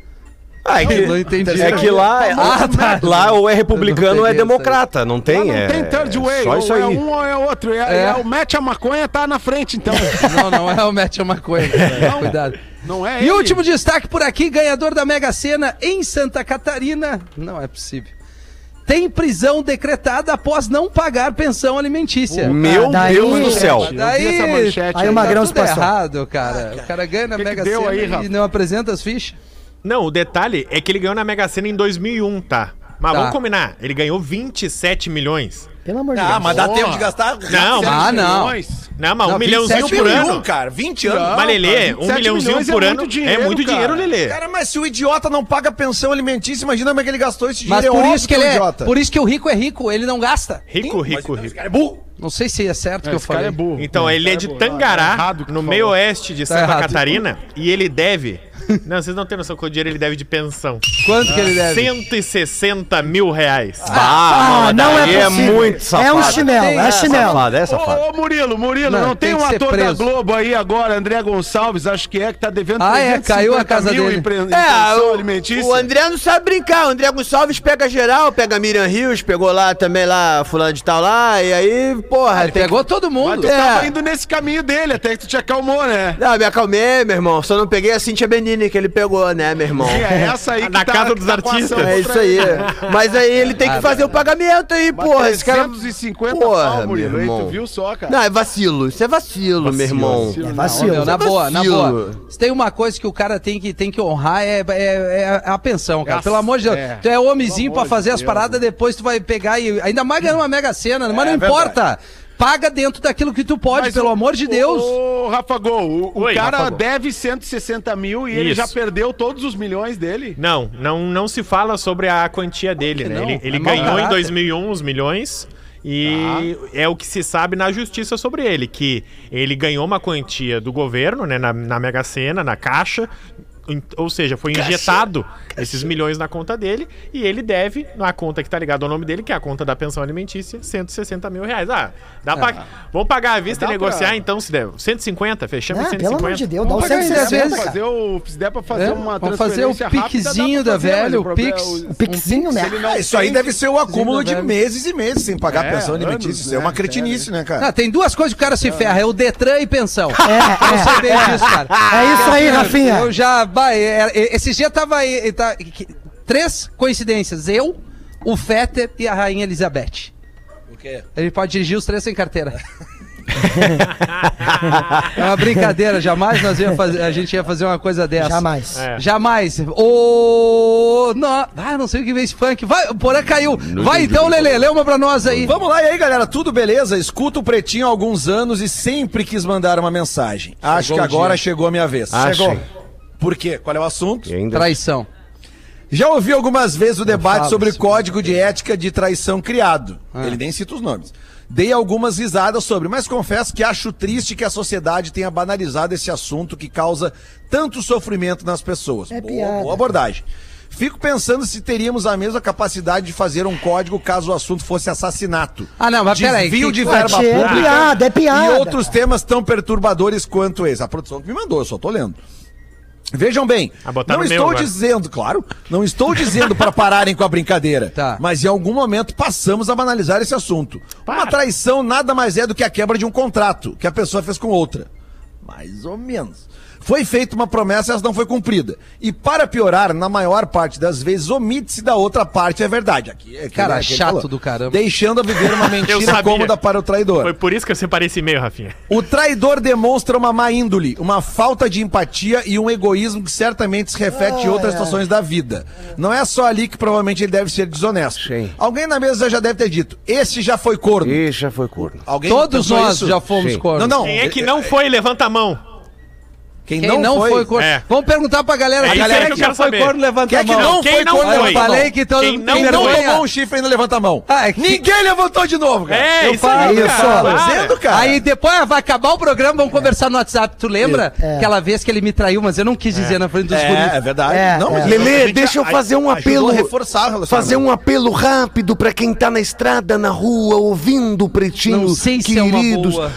Speaker 8: Ah, é
Speaker 5: não entendi.
Speaker 8: É que lá,
Speaker 5: Ah, tá.
Speaker 8: lá ou é republicano
Speaker 5: Eu
Speaker 8: ou
Speaker 5: não
Speaker 8: é
Speaker 5: peguei
Speaker 8: democrata. Não tem.
Speaker 4: Lá não
Speaker 8: é,
Speaker 4: tem third
Speaker 8: é
Speaker 4: way,
Speaker 8: Só
Speaker 4: ou
Speaker 8: isso
Speaker 4: é
Speaker 8: aí.
Speaker 4: um ou é outro. É,
Speaker 5: É.
Speaker 4: é o mete a maconha, tá na frente, então.
Speaker 5: Não, não é o Matt é uma coisa. Cuidado.
Speaker 4: Não é
Speaker 5: E
Speaker 4: ele.
Speaker 5: último destaque por aqui, ganhador da Mega Sena em Santa Catarina. Não é possível. Tem prisão decretada após não pagar pensão alimentícia.
Speaker 8: Meu
Speaker 7: Ah, daí-
Speaker 8: Deus do céu.
Speaker 4: Eu vi essa manchete
Speaker 7: aí o Magrão se
Speaker 5: tá tudo
Speaker 7: passou.
Speaker 6: Ah,
Speaker 5: errado, cara. O cara ganha na
Speaker 4: Que que
Speaker 5: Mega
Speaker 4: deu
Speaker 5: Sena
Speaker 4: aí, Rafa?
Speaker 5: e não apresenta as fichas.
Speaker 6: Não, o detalhe é que ele ganhou na Mega Sena em 2001, tá? Mas
Speaker 5: Tá.
Speaker 6: vamos combinar, ele ganhou 27 milhões.
Speaker 7: Pelo amor de Deus.
Speaker 3: Ah, mas dá tempo de gastar.
Speaker 6: Não, mas-
Speaker 5: Ah, não.
Speaker 4: milhões.
Speaker 6: Não, mas
Speaker 5: Não,
Speaker 6: um milhãozinho
Speaker 5: 27
Speaker 6: por ano.
Speaker 3: cara. 20 anos.
Speaker 6: Mas, Lelê,
Speaker 4: cara,
Speaker 6: um
Speaker 4: 27
Speaker 6: milhãozinho
Speaker 4: milhões é
Speaker 6: por ano
Speaker 4: muito dinheiro,
Speaker 6: é muito
Speaker 4: cara.
Speaker 6: dinheiro, Lelê.
Speaker 3: Cara, mas se o idiota não paga pensão alimentícia, imagina como é que ele gastou esse
Speaker 5: Mas
Speaker 3: dinheiro.
Speaker 5: por
Speaker 3: óbvio
Speaker 5: isso que ele
Speaker 3: um
Speaker 5: é,
Speaker 3: idiota.
Speaker 5: por isso que o rico é rico, ele não gasta.
Speaker 6: Rico, rico,
Speaker 4: então
Speaker 6: rico.
Speaker 3: Cara, é burro.
Speaker 5: Não sei se é certo o que eu
Speaker 4: Esse cara
Speaker 5: falei.
Speaker 4: é burro.
Speaker 6: Então, ele é de
Speaker 4: Ah, é
Speaker 6: Tangará,
Speaker 4: errado o que
Speaker 6: no
Speaker 4: tu
Speaker 6: meio
Speaker 4: falou.
Speaker 6: oeste de
Speaker 5: Tá
Speaker 6: Santa
Speaker 5: errado.
Speaker 6: Catarina, e ele deve. Não, vocês não têm noção quanto dinheiro ele deve de pensão.
Speaker 5: Quanto que ele deve?
Speaker 6: 160 mil reais.
Speaker 8: Ah,
Speaker 7: Ah, não
Speaker 8: daí
Speaker 7: é possível.
Speaker 8: É muito safado.
Speaker 7: É um chinelo,
Speaker 5: Tem
Speaker 7: é
Speaker 5: essa,
Speaker 7: chinelo.
Speaker 8: Safado, é safado.
Speaker 4: Ô, ô, Murilo, Murilo,
Speaker 5: Não,
Speaker 4: não,
Speaker 5: tem
Speaker 4: tem,
Speaker 5: que
Speaker 4: um
Speaker 5: ser
Speaker 4: ator da
Speaker 5: preso.
Speaker 4: Globo aí agora, André Gonçalves, acho que é, que tá devendo
Speaker 5: Ah, é, caiu a casa
Speaker 4: mil
Speaker 5: dele.
Speaker 4: em pre- em
Speaker 10: É,
Speaker 4: pensão
Speaker 10: o,
Speaker 4: alimentícia.
Speaker 10: o André não sabe brincar. O André Gonçalves pega geral, pega Miriam Rios, pegou lá também lá, fulano de tal lá, e aí, porra,
Speaker 5: Ele
Speaker 10: tem que-
Speaker 5: pegou todo
Speaker 4: Mas
Speaker 5: mundo.
Speaker 4: tu tava
Speaker 10: É.
Speaker 4: indo nesse caminho dele, até que tu te acalmou, né?
Speaker 10: Não, me acalmei, meu irmão. Só não peguei a Cintia Benini que ele pegou, né, meu irmão?
Speaker 4: E é essa aí que
Speaker 6: Na
Speaker 4: tá,
Speaker 6: casa
Speaker 4: que
Speaker 6: dos
Speaker 4: tá com ação
Speaker 6: artistas.
Speaker 10: É
Speaker 4: contra
Speaker 10: isso aí. Mas aí ele tem que fazer o pagamento aí,
Speaker 4: Mas
Speaker 10: porra. Esse cara. é um-
Speaker 4: 350
Speaker 10: Porra,
Speaker 4: pau, Murilo,
Speaker 10: meu
Speaker 4: aí
Speaker 10: irmão.
Speaker 4: tu viu só, cara?
Speaker 10: Não, é vacilo. Isso é vacilo, meu irmão.
Speaker 7: É
Speaker 5: Ô, meu,
Speaker 7: vacilo.
Speaker 5: na boa, na
Speaker 10: vacilo.
Speaker 5: boa. Se tem uma coisa que o cara tem que, tem que honrar é, é, é a pensão, cara.
Speaker 4: É a-
Speaker 5: Pelo amor de Deus.
Speaker 4: é.
Speaker 5: Tu é homenzinho
Speaker 4: Pelo
Speaker 5: pra
Speaker 4: amor
Speaker 5: fazer
Speaker 4: de
Speaker 5: as
Speaker 4: Deus. né?
Speaker 5: paradas, depois tu vai pegar e. Ainda mais ganhar uma mega cena, né? mas não
Speaker 3: é
Speaker 5: importa. Paga dentro daquilo que tu pode,
Speaker 4: Mas
Speaker 5: pelo
Speaker 4: o-
Speaker 5: amor de Deus.
Speaker 4: Ô, Rafa Gol, o, o
Speaker 6: Oi,
Speaker 4: cara
Speaker 6: Rafa Gol.
Speaker 4: deve 160 mil e ele
Speaker 6: Isso.
Speaker 4: já perdeu todos os milhões dele.
Speaker 6: Não, não, não se fala sobre a quantia dele,
Speaker 5: que
Speaker 6: né?
Speaker 5: não?
Speaker 6: Ele, ele
Speaker 5: É mau
Speaker 6: ganhou em
Speaker 5: caráter.
Speaker 6: 2001 os um milhões e é o que se sabe na justiça sobre ele, que ele ganhou uma quantia do governo, né, na, na Mega Sena, na Caixa, em- ou seja, foi injetado esses milhões na conta dele e ele deve, na conta que tá ligada ao nome dele, que é a conta da pensão alimentícia, 160 mil reais. Ah, dá pra... Vamos pagar à vista e
Speaker 4: Dá
Speaker 6: negociar
Speaker 4: pra-
Speaker 6: então, se der. 150, fechamos em
Speaker 7: Ah,
Speaker 6: 150.
Speaker 7: pelo amor de Deus, dá o
Speaker 5: Vamos pagar em 10
Speaker 7: 160,
Speaker 5: vezes.
Speaker 7: cara.
Speaker 4: Fazer o, se der pra fazer
Speaker 5: É,
Speaker 4: uma
Speaker 5: vamos fazer o
Speaker 4: transferência rápida, dá pra
Speaker 5: piquezinho da
Speaker 4: fazer, mas
Speaker 5: velho,
Speaker 4: o problema é
Speaker 5: o Pix.
Speaker 4: o-
Speaker 7: Um Pixinho, né?
Speaker 3: Ah, isso aí deve ser o acúmulo de
Speaker 5: velho.
Speaker 3: meses e meses sem pagar
Speaker 4: É,
Speaker 3: pensão
Speaker 4: anos,
Speaker 3: alimentícia. Isso é
Speaker 4: né,
Speaker 3: uma cretinice, né,
Speaker 5: Ah,
Speaker 3: cara?
Speaker 5: tem duas coisas que o cara se ferra: é o Detran e pensão.
Speaker 7: É,
Speaker 5: Eu sei bem disso, cara.
Speaker 7: É isso aí, Rafinha.
Speaker 5: Eu já. bah, é- é- Esse dia tava aí. tá- que- Três coincidências. Eu, o Fetter e a Rainha Elizabeth.
Speaker 3: O quê?
Speaker 5: Ele pode dirigir os três sem carteira. é uma brincadeira, jamais nós ia fazer, a gente ia fazer uma coisa dessa.
Speaker 7: Jamais.
Speaker 6: É.
Speaker 5: Jamais. Ô. não- Ah, não sei o que veio esse funk. Vai, o Porã caiu. Vai então, Lele, lê uma pra nós aí.
Speaker 3: Vamos lá, e aí, galera? Tudo beleza? Escuto o Pretinho há alguns anos e sempre quis mandar uma mensagem. Acho que agora chegou a minha vez.
Speaker 8: Acho.
Speaker 3: Por quê? Qual é o assunto?
Speaker 8: E ainda-
Speaker 5: Traição.
Speaker 3: Já ouvi algumas vezes o debate
Speaker 5: fala
Speaker 3: sobre
Speaker 5: isso, né? Ah.
Speaker 3: código de ética de traição criado. Ele nem cita os nomes. Dei algumas risadas sobre, mas confesso que acho triste que a sociedade tenha banalizado esse assunto que causa tanto sofrimento nas pessoas.
Speaker 7: É
Speaker 3: boa,
Speaker 7: piada.
Speaker 3: boa abordagem. Fico pensando se teríamos a mesma capacidade de fazer um código caso o assunto fosse assassinato.
Speaker 5: Ah, não, mas peraí,
Speaker 3: Desvio
Speaker 5: que-
Speaker 3: de
Speaker 5: Ah,
Speaker 3: verba
Speaker 7: tchê, é
Speaker 3: pública.
Speaker 7: piada, é piada.
Speaker 3: E outros temas tão perturbadores quanto esse. A produção que me mandou, eu só tô lendo. Vejam bem,
Speaker 6: Ah, botaram
Speaker 3: não
Speaker 6: o meu
Speaker 3: estou
Speaker 6: agora.
Speaker 3: dizendo, claro, não estou dizendo para pararem com a brincadeira,
Speaker 5: Tá.
Speaker 3: mas em algum momento passamos a banalizar esse assunto.
Speaker 6: Para.
Speaker 3: Uma traição nada mais é do que a quebra de um contrato que a pessoa fez com outra. Mais ou menos. Foi feita uma promessa e essa não foi cumprida. E para piorar, na maior parte das vezes, omite-se da outra parte, é verdade. Aqui, aqui,
Speaker 5: Cara,
Speaker 3: né, que ele
Speaker 5: chato
Speaker 3: falou.
Speaker 5: do caramba.
Speaker 3: Deixando a viver uma mentira
Speaker 6: sabia.
Speaker 3: cômoda para o traidor.
Speaker 6: Foi por isso que eu separei esse e-mail, Rafinha.
Speaker 3: O traidor demonstra uma má índole, uma falta de empatia e um egoísmo que certamente se reflete em outras situações da vida. Não é só ali que provavelmente ele deve ser desonesto.
Speaker 9: Sim.
Speaker 3: Alguém na mesa já deve ter dito: esse já foi corno.
Speaker 9: Ih, já foi corno.
Speaker 3: Alguém
Speaker 5: Todos
Speaker 3: pensou
Speaker 5: nós
Speaker 3: isso?
Speaker 5: já fomos
Speaker 9: Sim.
Speaker 5: cornos.
Speaker 3: Não, não.
Speaker 6: Quem é que não foi, levanta a mão.
Speaker 3: Quem,
Speaker 5: Quem não, foi, corno.
Speaker 6: É.
Speaker 5: Vamos perguntar pra galera.
Speaker 6: É
Speaker 5: A
Speaker 6: isso
Speaker 5: galera
Speaker 6: aí que eu
Speaker 5: já
Speaker 6: quero
Speaker 5: foi
Speaker 6: saber.
Speaker 5: corno, levanta
Speaker 3: Quem é
Speaker 5: a
Speaker 3: que
Speaker 5: mão.
Speaker 3: não
Speaker 6: Quem
Speaker 3: foi
Speaker 6: não
Speaker 3: corno?
Speaker 6: foi?
Speaker 5: Eu
Speaker 3: levanta a mão.
Speaker 5: falei que todo
Speaker 6: Quem
Speaker 5: mundo
Speaker 6: não
Speaker 5: tem
Speaker 3: Não
Speaker 5: vergonha.
Speaker 3: tomou um chifre e ainda levanta a mão.
Speaker 5: Ah, é que-
Speaker 3: Ninguém levantou de novo, cara.
Speaker 6: É,
Speaker 3: Eu
Speaker 6: isso aí,
Speaker 3: falei,
Speaker 6: cara.
Speaker 3: eu tô dizendo, cara. É.
Speaker 5: Aí depois vai acabar o programa, vamos conversar no WhatsApp. Tu lembra? Aquela vez que ele me traiu, mas eu não quis dizer na frente dos guris.
Speaker 3: é, é verdade.
Speaker 7: É,
Speaker 3: não,
Speaker 7: é.
Speaker 3: mas
Speaker 9: Lelê,
Speaker 3: realmente
Speaker 9: deixa eu
Speaker 3: a-
Speaker 9: fazer um
Speaker 3: ajudou
Speaker 9: apelo.
Speaker 3: a reforçar o relacionamento.
Speaker 9: Fazer um apelo rápido pra quem tá na estrada, na rua, ouvindo o pretinho.
Speaker 5: Não sei se é uma
Speaker 9: queridos,
Speaker 5: boa.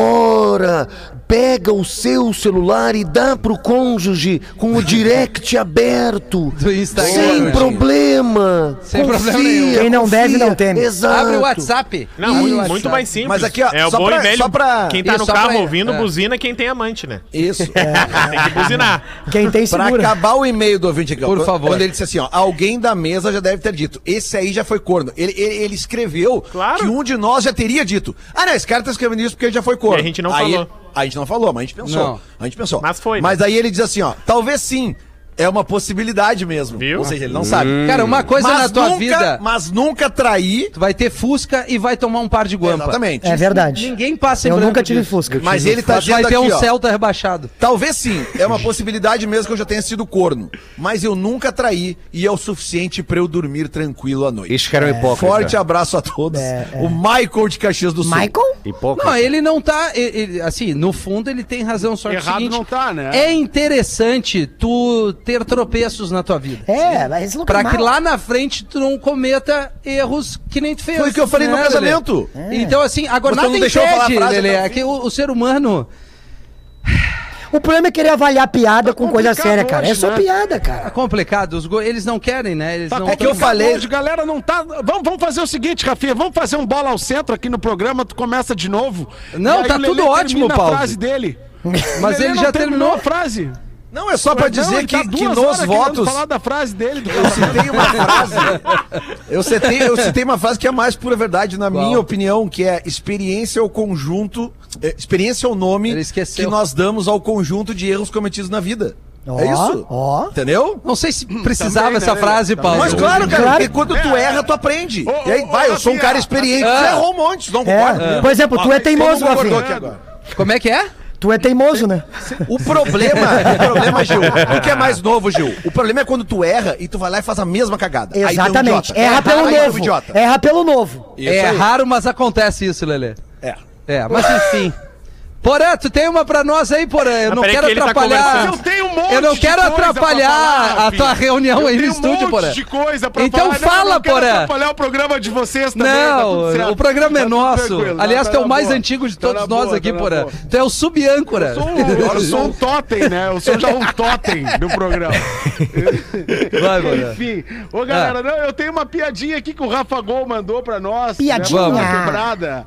Speaker 9: agora pega o seu celular e dá pro cônjuge com o direct aberto.
Speaker 5: Do Instagram,
Speaker 9: Sem
Speaker 5: né?
Speaker 9: problema.
Speaker 5: Sem problema nenhum.
Speaker 9: confia,
Speaker 7: Quem não deve,
Speaker 9: confia.
Speaker 7: não teme.
Speaker 9: Exato.
Speaker 5: Abre o WhatsApp.
Speaker 6: Não,
Speaker 5: Abre o
Speaker 6: muito,
Speaker 5: WhatsApp.
Speaker 6: muito mais simples.
Speaker 3: Mas aqui, ó,
Speaker 6: é o
Speaker 3: só
Speaker 6: bom
Speaker 3: pra-
Speaker 6: e velho.
Speaker 3: só pra-
Speaker 6: Quem tá
Speaker 5: Isso,
Speaker 6: no
Speaker 5: só
Speaker 6: carro
Speaker 5: pra-
Speaker 6: ouvindo,
Speaker 5: é.
Speaker 6: buzina quem tem amante, né? É,
Speaker 3: Isso.
Speaker 6: Tem que buzinar.
Speaker 7: Quem tem
Speaker 3: Pra
Speaker 7: segura.
Speaker 3: acabar o e-mail do ouvinte aqui, ó.
Speaker 5: Por
Speaker 3: Quando-
Speaker 5: favor.
Speaker 3: Quando ele disse assim, ó, alguém da mesa já deve ter dito, esse aí já foi corno. Ele, ele, ele escreveu
Speaker 6: Claro.
Speaker 3: que um de nós já teria dito. Ah, não, esse cara tá escrevendo isso porque ele já foi corno.
Speaker 6: E a gente não
Speaker 3: Aí
Speaker 6: falou.
Speaker 3: ele- a gente não falou, mas a gente pensou.
Speaker 5: Não.
Speaker 3: A gente pensou.
Speaker 6: Mas foi, né?
Speaker 3: Mas aí ele diz assim, ó, talvez sim. É uma possibilidade mesmo.
Speaker 6: Viu?
Speaker 3: Ou seja, ele não sabe.
Speaker 5: Cara, uma coisa
Speaker 3: mas
Speaker 5: na tua
Speaker 3: nunca,
Speaker 5: vida.
Speaker 3: Mas nunca trair.
Speaker 5: Tu vai ter Fusca e vai tomar um par de guampa.
Speaker 3: Exatamente.
Speaker 7: É verdade.
Speaker 5: Ninguém passa em
Speaker 7: Eu
Speaker 5: branco
Speaker 7: nunca tive
Speaker 5: disso.
Speaker 7: Fusca.
Speaker 3: Mas ele tá
Speaker 5: Mas vai
Speaker 3: dizendo
Speaker 5: ter
Speaker 3: aqui,
Speaker 5: um
Speaker 3: ó,
Speaker 5: Celta rebaixado.
Speaker 3: Talvez sim, é uma possibilidade mesmo que eu já tenha sido corno. Mas eu nunca traí e é o suficiente pra eu dormir tranquilo à noite. É.
Speaker 8: Isso que era um hipócrita.
Speaker 3: Forte abraço a todos. O Michael de Caxias do Sul.
Speaker 7: É, Michael?
Speaker 8: Hipócrita.
Speaker 5: Não, ele não tá. ele- ele- assim, no fundo ele tem razão, só que é o
Speaker 4: Errado
Speaker 5: seguinte,
Speaker 4: não tá, né?
Speaker 5: É interessante tu ter tropeços na tua vida.
Speaker 7: É, mas esse lugar
Speaker 5: Pra
Speaker 7: é
Speaker 5: que
Speaker 7: mau.
Speaker 5: lá na frente tu não cometa erros que nem tu fez.
Speaker 3: Foi o que eu falei no
Speaker 5: né,
Speaker 3: casamento.
Speaker 7: É.
Speaker 5: Lelê? Então, assim, agora
Speaker 3: Você
Speaker 5: nada
Speaker 3: não deixou eu falar a
Speaker 5: impede,
Speaker 3: frase,
Speaker 5: Lelê,
Speaker 3: então,
Speaker 5: é que o, o ser humano...
Speaker 7: O problema é querer avaliar piada com coisa
Speaker 4: Tá complicado
Speaker 7: séria, cara. É
Speaker 4: hoje,
Speaker 7: só
Speaker 4: né?
Speaker 7: piada,
Speaker 5: É
Speaker 7: cara.
Speaker 5: complicado, os go- eles não querem, né? Eles não
Speaker 3: é que eu
Speaker 5: tão-
Speaker 3: falei-
Speaker 4: Hoje, galera, não tá. Vamos, vamos fazer o seguinte, Rafinha. Vamos fazer um bola ao centro aqui no programa. Tu começa de novo.
Speaker 5: Não,
Speaker 4: E aí
Speaker 5: tá
Speaker 4: o Lelê
Speaker 5: tudo
Speaker 4: termina
Speaker 5: ótimo, Paulo.
Speaker 4: A frase dele.
Speaker 5: Mas
Speaker 4: O Lelê
Speaker 5: ele
Speaker 4: não
Speaker 5: já terminou.
Speaker 4: a frase.
Speaker 3: Não, é só pra
Speaker 4: Não,
Speaker 3: dizer
Speaker 4: ele tá
Speaker 3: que, que
Speaker 4: duas horas
Speaker 3: nos
Speaker 4: querendo
Speaker 3: votos.
Speaker 4: falar da frase dele. Do...
Speaker 3: Eu citei uma frase. Eu citei, eu citei uma frase que é mais pura verdade, na minha opinião, que é experiência ou conjunto. é, Experiência ou nome
Speaker 5: Ele esqueceu.
Speaker 3: que nós damos ao conjunto de erros cometidos na vida.
Speaker 7: Ó,
Speaker 3: é isso?
Speaker 7: ó.
Speaker 3: Entendeu?
Speaker 5: Não sei se precisava
Speaker 4: Também, né,
Speaker 5: essa
Speaker 4: Lelê? É.
Speaker 5: frase, Paulo.
Speaker 3: Mas claro, cara,
Speaker 7: Claro.
Speaker 3: porque quando tu erra, tu aprende.
Speaker 4: Ô,
Speaker 3: e aí,
Speaker 4: ô,
Speaker 3: vai,
Speaker 4: ô,
Speaker 3: eu sou um
Speaker 4: Rafinha.
Speaker 3: cara experiente.
Speaker 5: Ah.
Speaker 3: Tu errou um monte, tu não concorda?
Speaker 7: É. Por exemplo, tu é teimoso,
Speaker 3: concordou aqui
Speaker 7: Rafinha.
Speaker 3: agora.
Speaker 5: Como é que é?
Speaker 7: Tu é teimoso, né?
Speaker 3: O problema, o problema, Gil, o que é mais novo, Gil? O problema é quando tu erra e tu vai lá e faz a mesma cagada. Aí tu é um
Speaker 7: Exatamente.
Speaker 3: idiota.
Speaker 7: Erra pelo
Speaker 3: Aí tu é um
Speaker 7: novo.
Speaker 3: idiota.
Speaker 7: Erra pelo novo.
Speaker 5: é raro, mas acontece isso, Lelê.
Speaker 3: É.
Speaker 5: É, mas enfim. Porã, tu tem uma pra nós aí, Porã. Eu
Speaker 6: Ah,
Speaker 5: não
Speaker 6: peraí
Speaker 5: quero
Speaker 6: que ele tá
Speaker 5: atrapalhar.
Speaker 6: conversando.
Speaker 4: Eu tenho um monte
Speaker 5: Eu não
Speaker 4: de
Speaker 5: quero
Speaker 4: coisa pra
Speaker 5: atrapalhar
Speaker 4: falar,
Speaker 5: a tua
Speaker 4: filho.
Speaker 5: reunião
Speaker 4: Eu
Speaker 5: aí no
Speaker 4: tenho um
Speaker 5: estúdio,
Speaker 4: monte
Speaker 5: Porã.
Speaker 4: de coisa pra
Speaker 5: Então
Speaker 4: falar.
Speaker 5: fala,
Speaker 4: não quero
Speaker 5: Porã.
Speaker 4: atrapalhar o programa de vocês também. tá tudo
Speaker 5: Não,
Speaker 4: certo.
Speaker 5: o programa
Speaker 4: Tá
Speaker 5: é
Speaker 4: tudo
Speaker 5: nosso.
Speaker 4: tranquilo.
Speaker 5: Aliás,
Speaker 4: Tá
Speaker 5: tu é o
Speaker 4: na
Speaker 5: mais
Speaker 4: boa.
Speaker 5: antigo de
Speaker 4: Tá
Speaker 5: todos
Speaker 4: na
Speaker 5: nós
Speaker 4: boa,
Speaker 5: aqui,
Speaker 4: tá na
Speaker 5: Porã.
Speaker 4: boa.
Speaker 5: Tu é o sub-âncora.
Speaker 4: Sou, um- agora eu sou um totem, né? Eu sou já um totem do programa.
Speaker 5: Vai, Ah. Porã.
Speaker 4: Enfim, ô galera, não, eu tenho uma piadinha aqui que o Rafa Gol mandou pra nós.
Speaker 7: Piadinha.
Speaker 4: Né, pra uma quebrada.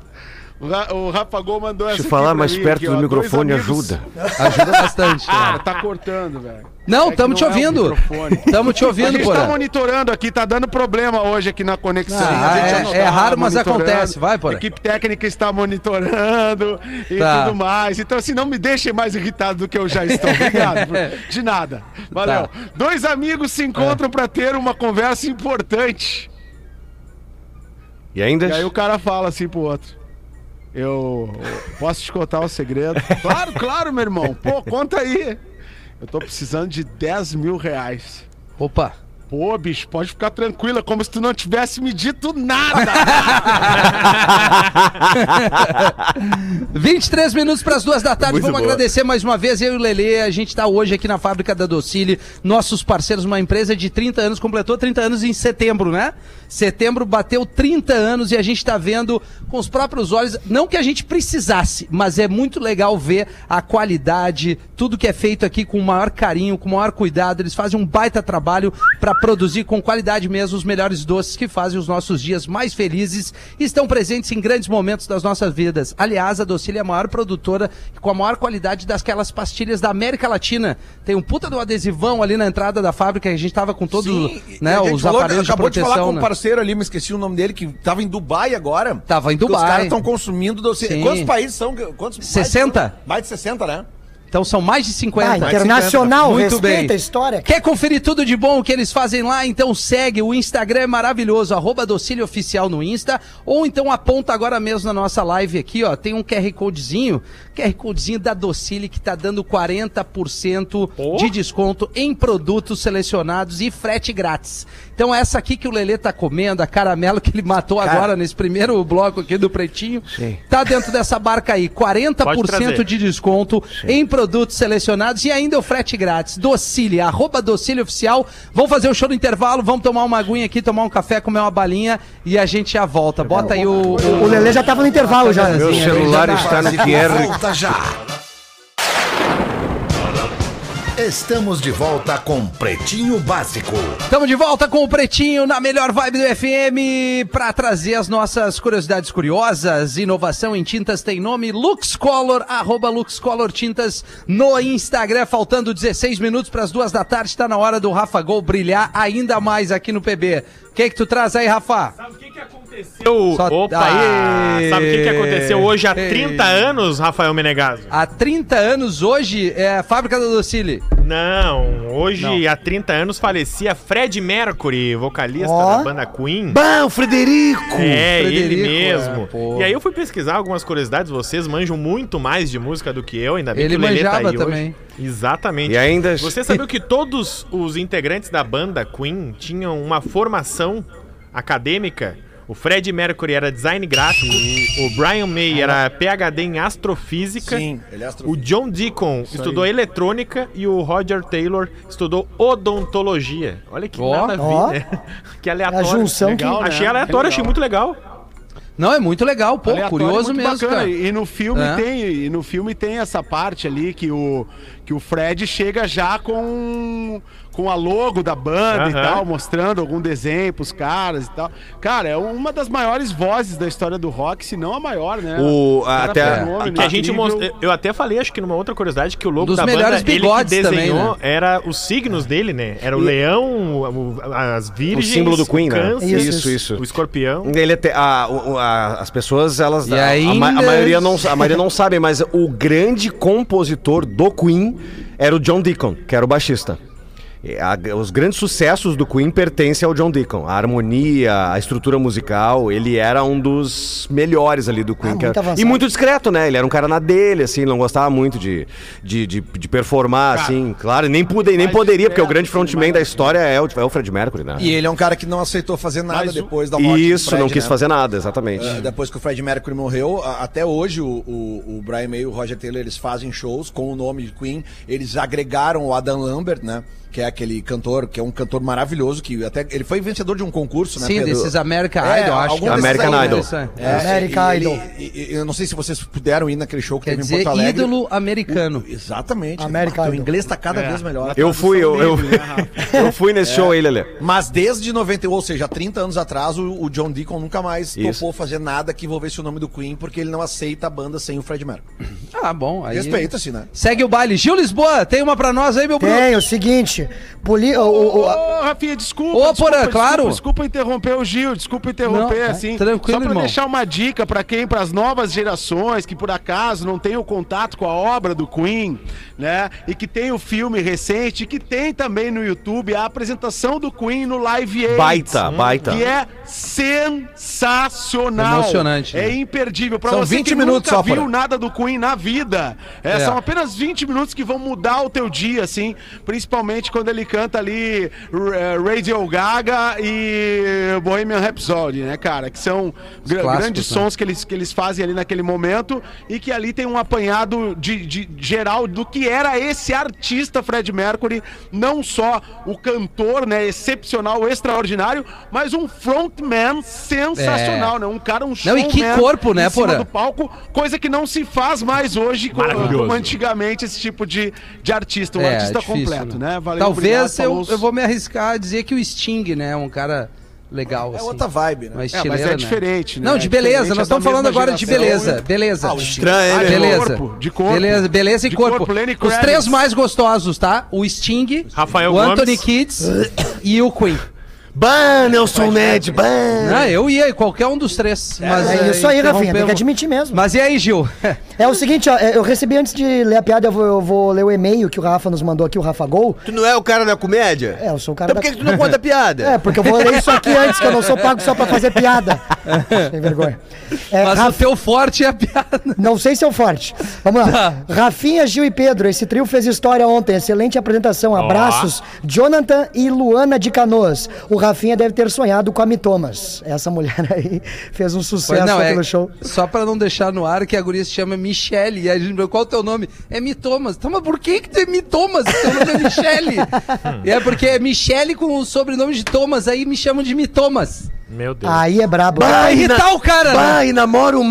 Speaker 4: O, Ra- o Rafa Gol mandou essa
Speaker 8: Deixa eu
Speaker 4: aqui
Speaker 8: falar
Speaker 4: pra
Speaker 8: mais
Speaker 4: mim,
Speaker 8: perto
Speaker 4: aqui,
Speaker 8: do
Speaker 4: ó, dois
Speaker 8: microfone,
Speaker 4: amigos-
Speaker 8: ajuda.
Speaker 5: Ajuda bastante.
Speaker 4: Cara, tá cortando, velho.
Speaker 5: Não,
Speaker 4: É que
Speaker 5: tamo te
Speaker 4: não é o
Speaker 5: ouvindo.
Speaker 4: microfone.
Speaker 5: Tamo te
Speaker 4: a
Speaker 5: ouvindo,
Speaker 4: gente tá
Speaker 5: Porã.
Speaker 4: monitorando aqui, tá dando problema hoje aqui na conexão.
Speaker 5: Ah,
Speaker 4: A gente
Speaker 5: é-
Speaker 4: não
Speaker 5: é
Speaker 4: tá
Speaker 5: raro, mas
Speaker 4: monitorando.
Speaker 5: acontece. Vai, Porã.
Speaker 4: A equipe técnica está monitorando e
Speaker 5: Tá.
Speaker 4: tudo mais. Então, assim, não me deixem mais irritado do que eu já estou. Obrigado. por- De nada. Valeu.
Speaker 5: Tá.
Speaker 4: Dois amigos se encontram pra ter uma conversa importante.
Speaker 8: E ainda?
Speaker 4: E aí o cara fala assim pro outro. Eu posso te contar um segredo? claro, claro, meu irmão. Pô, conta aí. Eu tô precisando de 10 mil reais.
Speaker 5: Opa.
Speaker 4: Pô, bicho, pode ficar tranquila, como se tu não tivesse me dito nada.
Speaker 5: é. 23 minutos para as duas da tarde. Vamos agradecer mais uma vez eu e o Lelê. A gente está hoje aqui na fábrica da Docile, nossos parceiros, uma empresa de 30 anos, completou 30 anos em setembro, né? Setembro bateu 30 anos e a gente está vendo com os próprios olhos, não que a gente precisasse, mas é muito legal ver a qualidade, tudo que é feito aqui com o maior carinho, com o maior cuidado. Eles fazem um baita trabalho para para produzir com qualidade mesmo os melhores doces que fazem os nossos dias mais felizes e estão presentes em grandes momentos das nossas vidas. Aliás, a Docile é a maior produtora com a maior qualidade daquelas pastilhas da América Latina. Tem um puta do adesivão ali na entrada da fábrica, a gente tava com todos né, os aparelhos de
Speaker 3: acabou de,
Speaker 5: proteção.
Speaker 3: falar com um
Speaker 5: né?
Speaker 3: parceiro ali, me esqueci o nome dele, que tava em Dubai agora.
Speaker 5: Tava em
Speaker 3: Que Os
Speaker 5: Dubai.
Speaker 3: caras estão consumindo doce.
Speaker 5: Sim.
Speaker 3: Quantos países são? Quantos, mais de
Speaker 5: 60?
Speaker 3: Mais de 60, né?
Speaker 5: Então são mais de 50.
Speaker 7: Ah, internacional,
Speaker 5: Muito
Speaker 7: respeita
Speaker 5: bem.
Speaker 7: a história.
Speaker 5: Quer conferir tudo de bom que eles fazem lá? Então segue, o Instagram é maravilhoso, arroba Docílio Oficial no Insta, ou então aponta agora mesmo na nossa live aqui, ó, tem um QR Codezinho, QR Codezinho da Docile que tá dando 40% de desconto em produtos selecionados e frete grátis. Então essa aqui que o Lelê tá comendo, a caramelo que ele matou agora nesse primeiro bloco aqui do Pretinho, tá dentro dessa barca aí, 40%
Speaker 6: trazer.
Speaker 5: de desconto em produtos selecionados e ainda o frete grátis. Docile, arroba Docile Oficial. Vamos fazer o show no intervalo, vamos tomar uma aguinha aqui, tomar um café, comer uma balinha e a gente já volta. Bota aí o.
Speaker 7: O Lelê já tava no intervalo já.
Speaker 8: Meu
Speaker 5: Sim,
Speaker 8: celular
Speaker 5: é
Speaker 8: está no QR.
Speaker 2: Volta já! Estamos de volta com Pretinho Básico.
Speaker 5: Estamos de volta com o Pretinho na melhor vibe do FM para trazer as nossas curiosidades curiosas. Inovação em tintas tem nome LuxColor, arroba LuxColor Tintas no Instagram. Faltando 16 minutos para as duas da tarde, está na hora do Rafa Gol brilhar ainda mais aqui no PB. O que, que tu traz aí, Rafa?
Speaker 6: Sabe o que, que aconteceu?
Speaker 5: Só-
Speaker 6: Opa!
Speaker 5: Aê!
Speaker 6: Sabe o que, que aconteceu hoje há
Speaker 5: Ei.
Speaker 6: 30 anos, Rafael Menegaso?
Speaker 5: Há 30 anos hoje é a fábrica da Docile.
Speaker 6: Não, hoje há 30 anos falecia Fred Mercury, vocalista
Speaker 7: Ó.
Speaker 6: da banda Queen.
Speaker 9: Bah, o Frederico!
Speaker 6: É, ele
Speaker 5: Frederico, é,
Speaker 6: mesmo.
Speaker 5: pô.
Speaker 6: e aí eu fui pesquisar algumas curiosidades, vocês manjam muito mais de música do que eu, ainda bem
Speaker 5: Ele
Speaker 6: que o Lelê tá
Speaker 5: manjava
Speaker 6: aí
Speaker 5: também.
Speaker 6: hoje. Exatamente.
Speaker 8: E ainda.
Speaker 6: Você sabia que todos os integrantes da banda Queen tinham uma formação acadêmica? O Fred Mercury era design gráfico, o Brian May era PhD em astrofísica,
Speaker 3: Ah. Sim, ele é astro-
Speaker 6: o John Deacon estudou eletrônica e o Roger Taylor estudou odontologia. Olha que
Speaker 5: Ó,
Speaker 6: nada a ver,
Speaker 7: ó.
Speaker 6: né? Que aleatório.
Speaker 7: É a junção
Speaker 6: Legal,
Speaker 7: que-
Speaker 6: né? Achei aleatório, achei muito legal.
Speaker 5: Não, é muito legal, pô,
Speaker 4: Aleatório,
Speaker 5: curioso
Speaker 4: muito
Speaker 5: mesmo,
Speaker 4: bacana.
Speaker 5: cara.
Speaker 4: E no filme
Speaker 5: É.
Speaker 4: tem, e no filme tem essa parte ali que o que o Fred chega já com com a logo da banda e
Speaker 6: Aham.
Speaker 4: tal, mostrando algum desenho pros caras e tal. Cara, é uma das maiores vozes da história do rock, se não a maior, né?
Speaker 8: É, O- um
Speaker 4: O cara né?
Speaker 8: até-
Speaker 4: fenômeno,
Speaker 8: né?
Speaker 6: Que a gente
Speaker 4: incrível.
Speaker 6: most- Eu até falei, acho que numa outra curiosidade, que o logo
Speaker 5: Dos
Speaker 6: da banda,
Speaker 5: melhores bigodes
Speaker 6: ele que
Speaker 5: também,
Speaker 6: desenhou,
Speaker 5: né?
Speaker 6: era os signos dele, né? Era o leão, o- o- as
Speaker 8: O
Speaker 6: virgens,
Speaker 8: símbolo do Queen, né?
Speaker 6: câncer,
Speaker 8: Isso, isso.
Speaker 6: o escorpião.
Speaker 8: Ele é te- a- o- a- as pessoas, elas.
Speaker 5: E
Speaker 8: a- a,
Speaker 5: ainda-
Speaker 8: ma- a maioria não, a maioria não sabe, mas o grande compositor do Queen era o John Deacon, que era o baixista. E a- os grandes sucessos do Queen pertencem ao John Deacon. A harmonia, a estrutura musical, ele era um dos melhores ali do Queen.
Speaker 7: Ah,
Speaker 8: que
Speaker 7: muito
Speaker 8: era- e
Speaker 7: avançado.
Speaker 8: muito discreto, né? Ele era um cara na dele, assim, não gostava muito de, de, de, de performar, assim, claro. e Nem, pude, nem
Speaker 4: mais
Speaker 8: poderia, porque o
Speaker 4: discreto,
Speaker 8: grande
Speaker 4: assim,
Speaker 8: frontman
Speaker 4: mais-
Speaker 8: da história é o, é o Fred Mercury, né?
Speaker 3: E ele é um cara que não aceitou fazer nada
Speaker 4: Mas o-
Speaker 3: depois da morte do
Speaker 8: Isso,
Speaker 3: Fred,
Speaker 8: não quis um
Speaker 3: né?
Speaker 8: fazer nada, exatamente.
Speaker 3: Ah, depois que o Fred Mercury morreu, a- até hoje o, o, o Brian May e o Roger Taylor eles fazem shows com o nome de Queen. Eles agregaram o Adam Lambert, né? Que é aquele cantor, que é um cantor maravilhoso, que até ele foi vencedor de um concurso, né?
Speaker 5: Sim,
Speaker 3: Pedro?
Speaker 5: desses American
Speaker 3: É,
Speaker 5: Idol, acho que
Speaker 3: algum desses
Speaker 8: American
Speaker 3: aí,
Speaker 8: Idol.
Speaker 5: Isso, é.
Speaker 3: É,
Speaker 7: American
Speaker 3: e ele-
Speaker 7: Idol.
Speaker 3: e- e- eu não sei se vocês puderam ir naquele show que
Speaker 5: Quer
Speaker 3: teve
Speaker 5: dizer,
Speaker 3: em Porto Alegre.
Speaker 5: ídolo americano.
Speaker 3: Exatamente.
Speaker 7: American
Speaker 3: Ah, teu
Speaker 7: Idol.
Speaker 3: inglês tá
Speaker 4: É.
Speaker 6: É.
Speaker 3: cada vez melhor.
Speaker 8: Eu fui, eu, eu,
Speaker 4: livre, né, Rafa?
Speaker 8: eu fui nesse show aí, Lelê.
Speaker 3: Mas desde 90, ou seja, 30 anos atrás, o, o John Deacon nunca mais
Speaker 8: Isso.
Speaker 3: topou fazer nada que envolvesse o nome do Queen, porque ele não aceita a banda sem o Fred Mercury.
Speaker 5: Ah, bom. Aí...
Speaker 3: Respeita-se, né?
Speaker 5: Segue o baile. Gil Lisboa, tem uma pra nós aí, meu Bruno.
Speaker 7: Tem, é o seguinte, poli... o- o- o-
Speaker 4: Ô, Rafinha, desculpa.
Speaker 5: Ô,
Speaker 4: desculpa,
Speaker 5: Porã,
Speaker 4: desculpa,
Speaker 5: claro.
Speaker 4: Desculpa interromper o Gil, desculpa interromper,
Speaker 5: Não, tá
Speaker 4: assim.
Speaker 5: tranquilo,
Speaker 4: só pra
Speaker 5: irmão.
Speaker 4: deixar uma dica pra quem, pras novas gerações que por acaso não tem o contato com a obra do Queen, né? E que tem o filme recente, que tem também no YouTube a apresentação do Queen no Live Aid.
Speaker 8: Baita, baita.
Speaker 4: Que é sensacional.
Speaker 5: Emocionante, né?
Speaker 4: É imperdível. Pra
Speaker 3: São
Speaker 4: você
Speaker 3: 20
Speaker 4: que
Speaker 3: minutos
Speaker 4: nunca
Speaker 3: só,
Speaker 4: viu
Speaker 3: Porã.
Speaker 4: nada do Queen na vida. É,
Speaker 5: É.
Speaker 4: São apenas 20 minutos que vão mudar o teu dia, assim. Principalmente quando ele canta ali eh, Radio Gaga e Bohemian Rhapsody, né, cara? Que são gra-
Speaker 5: clássicos,
Speaker 4: grandes
Speaker 5: né?
Speaker 4: sons que eles, que eles fazem ali naquele momento e que ali tem um apanhado de, de- geral do que era esse artista Fred Mercury, não só o cantor, né, excepcional, extraordinário, mas um frontman sensacional, né? Um cara, um
Speaker 5: É. Não, e que
Speaker 4: showman
Speaker 5: corpo, né,
Speaker 4: em cima
Speaker 5: Porã?
Speaker 4: do palco, coisa que não se faz mais hoje como,
Speaker 6: Maravilhoso.
Speaker 4: como antigamente esse tipo de, de artista, um
Speaker 5: É,
Speaker 4: artista
Speaker 5: difícil,
Speaker 4: completo, né? Valeu
Speaker 5: Talvez eu,
Speaker 4: falou-
Speaker 5: eu vou me arriscar a dizer que o Sting, né? É um cara legal.
Speaker 3: É
Speaker 5: assim.
Speaker 3: outra vibe, né?
Speaker 5: Uma
Speaker 4: É,
Speaker 5: estileira,
Speaker 4: mas é
Speaker 5: né?
Speaker 4: diferente, né?
Speaker 5: Não,
Speaker 4: É
Speaker 5: de beleza.
Speaker 4: diferente, é
Speaker 5: Nós estamos
Speaker 4: da
Speaker 5: falando
Speaker 4: mesma
Speaker 5: agora de
Speaker 4: geração.
Speaker 5: beleza. Beleza.
Speaker 3: Ah, o Sting.
Speaker 10: Estranho,
Speaker 7: é
Speaker 10: né?
Speaker 4: de
Speaker 5: beleza.
Speaker 4: corpo, de corpo.
Speaker 5: Beleza, beleza e
Speaker 4: De
Speaker 5: corpo.
Speaker 4: corpo, Lenny
Speaker 5: Os
Speaker 4: Kravitz.
Speaker 5: três mais gostosos, tá? O Sting,
Speaker 6: Rafael
Speaker 5: o Anthony
Speaker 6: Gomes.
Speaker 5: Kids e o Queen.
Speaker 9: Bah, Nelson Ned, bah.
Speaker 5: Ah, eu ia, qualquer um dos três. Mas,
Speaker 7: É isso aí, Rafinha, tem que
Speaker 5: interrompemos.
Speaker 7: admitir mesmo.
Speaker 5: Mas e aí, Gil?
Speaker 7: É o seguinte, ó, eu recebi antes de ler a piada, eu vou, eu vou ler o e-mail que o Rafa nos mandou aqui, o Rafa Gol.
Speaker 10: Tu não é o cara da comédia?
Speaker 7: É, eu sou o cara da-
Speaker 10: Então por que, que tu não conta piada?
Speaker 7: É, porque eu vou ler isso aqui antes, que eu não sou pago só pra fazer piada. Sem vergonha. É,
Speaker 5: Mas o
Speaker 7: Rafa,
Speaker 5: teu forte é a piada. Tá.
Speaker 7: não sei se é o forte. Vamos lá. Rafinha, Gil e Pedro, esse trio fez história ontem. Excelente apresentação. Abraços, Jonathan e Luana de Canoas. O Rafinha deve ter sonhado com a Mitomas. Essa mulher aí fez um sucesso
Speaker 5: não, é,
Speaker 7: naquele show.
Speaker 5: só pra não deixar no ar que a guria se chama Michele. E a gente perguntou, qual o teu nome? É Mitomas. Tá, mas por que que tu é Mitomas? Teu nome é Michele. e é porque é Michele com o sobrenome de Thomas, aí me chamam de Mitomas.
Speaker 6: Meu Deus.
Speaker 7: Aí é brabo.
Speaker 5: Pra
Speaker 9: Ai,
Speaker 5: irritar
Speaker 9: na-
Speaker 5: o cara, né?
Speaker 9: Bah, e namora o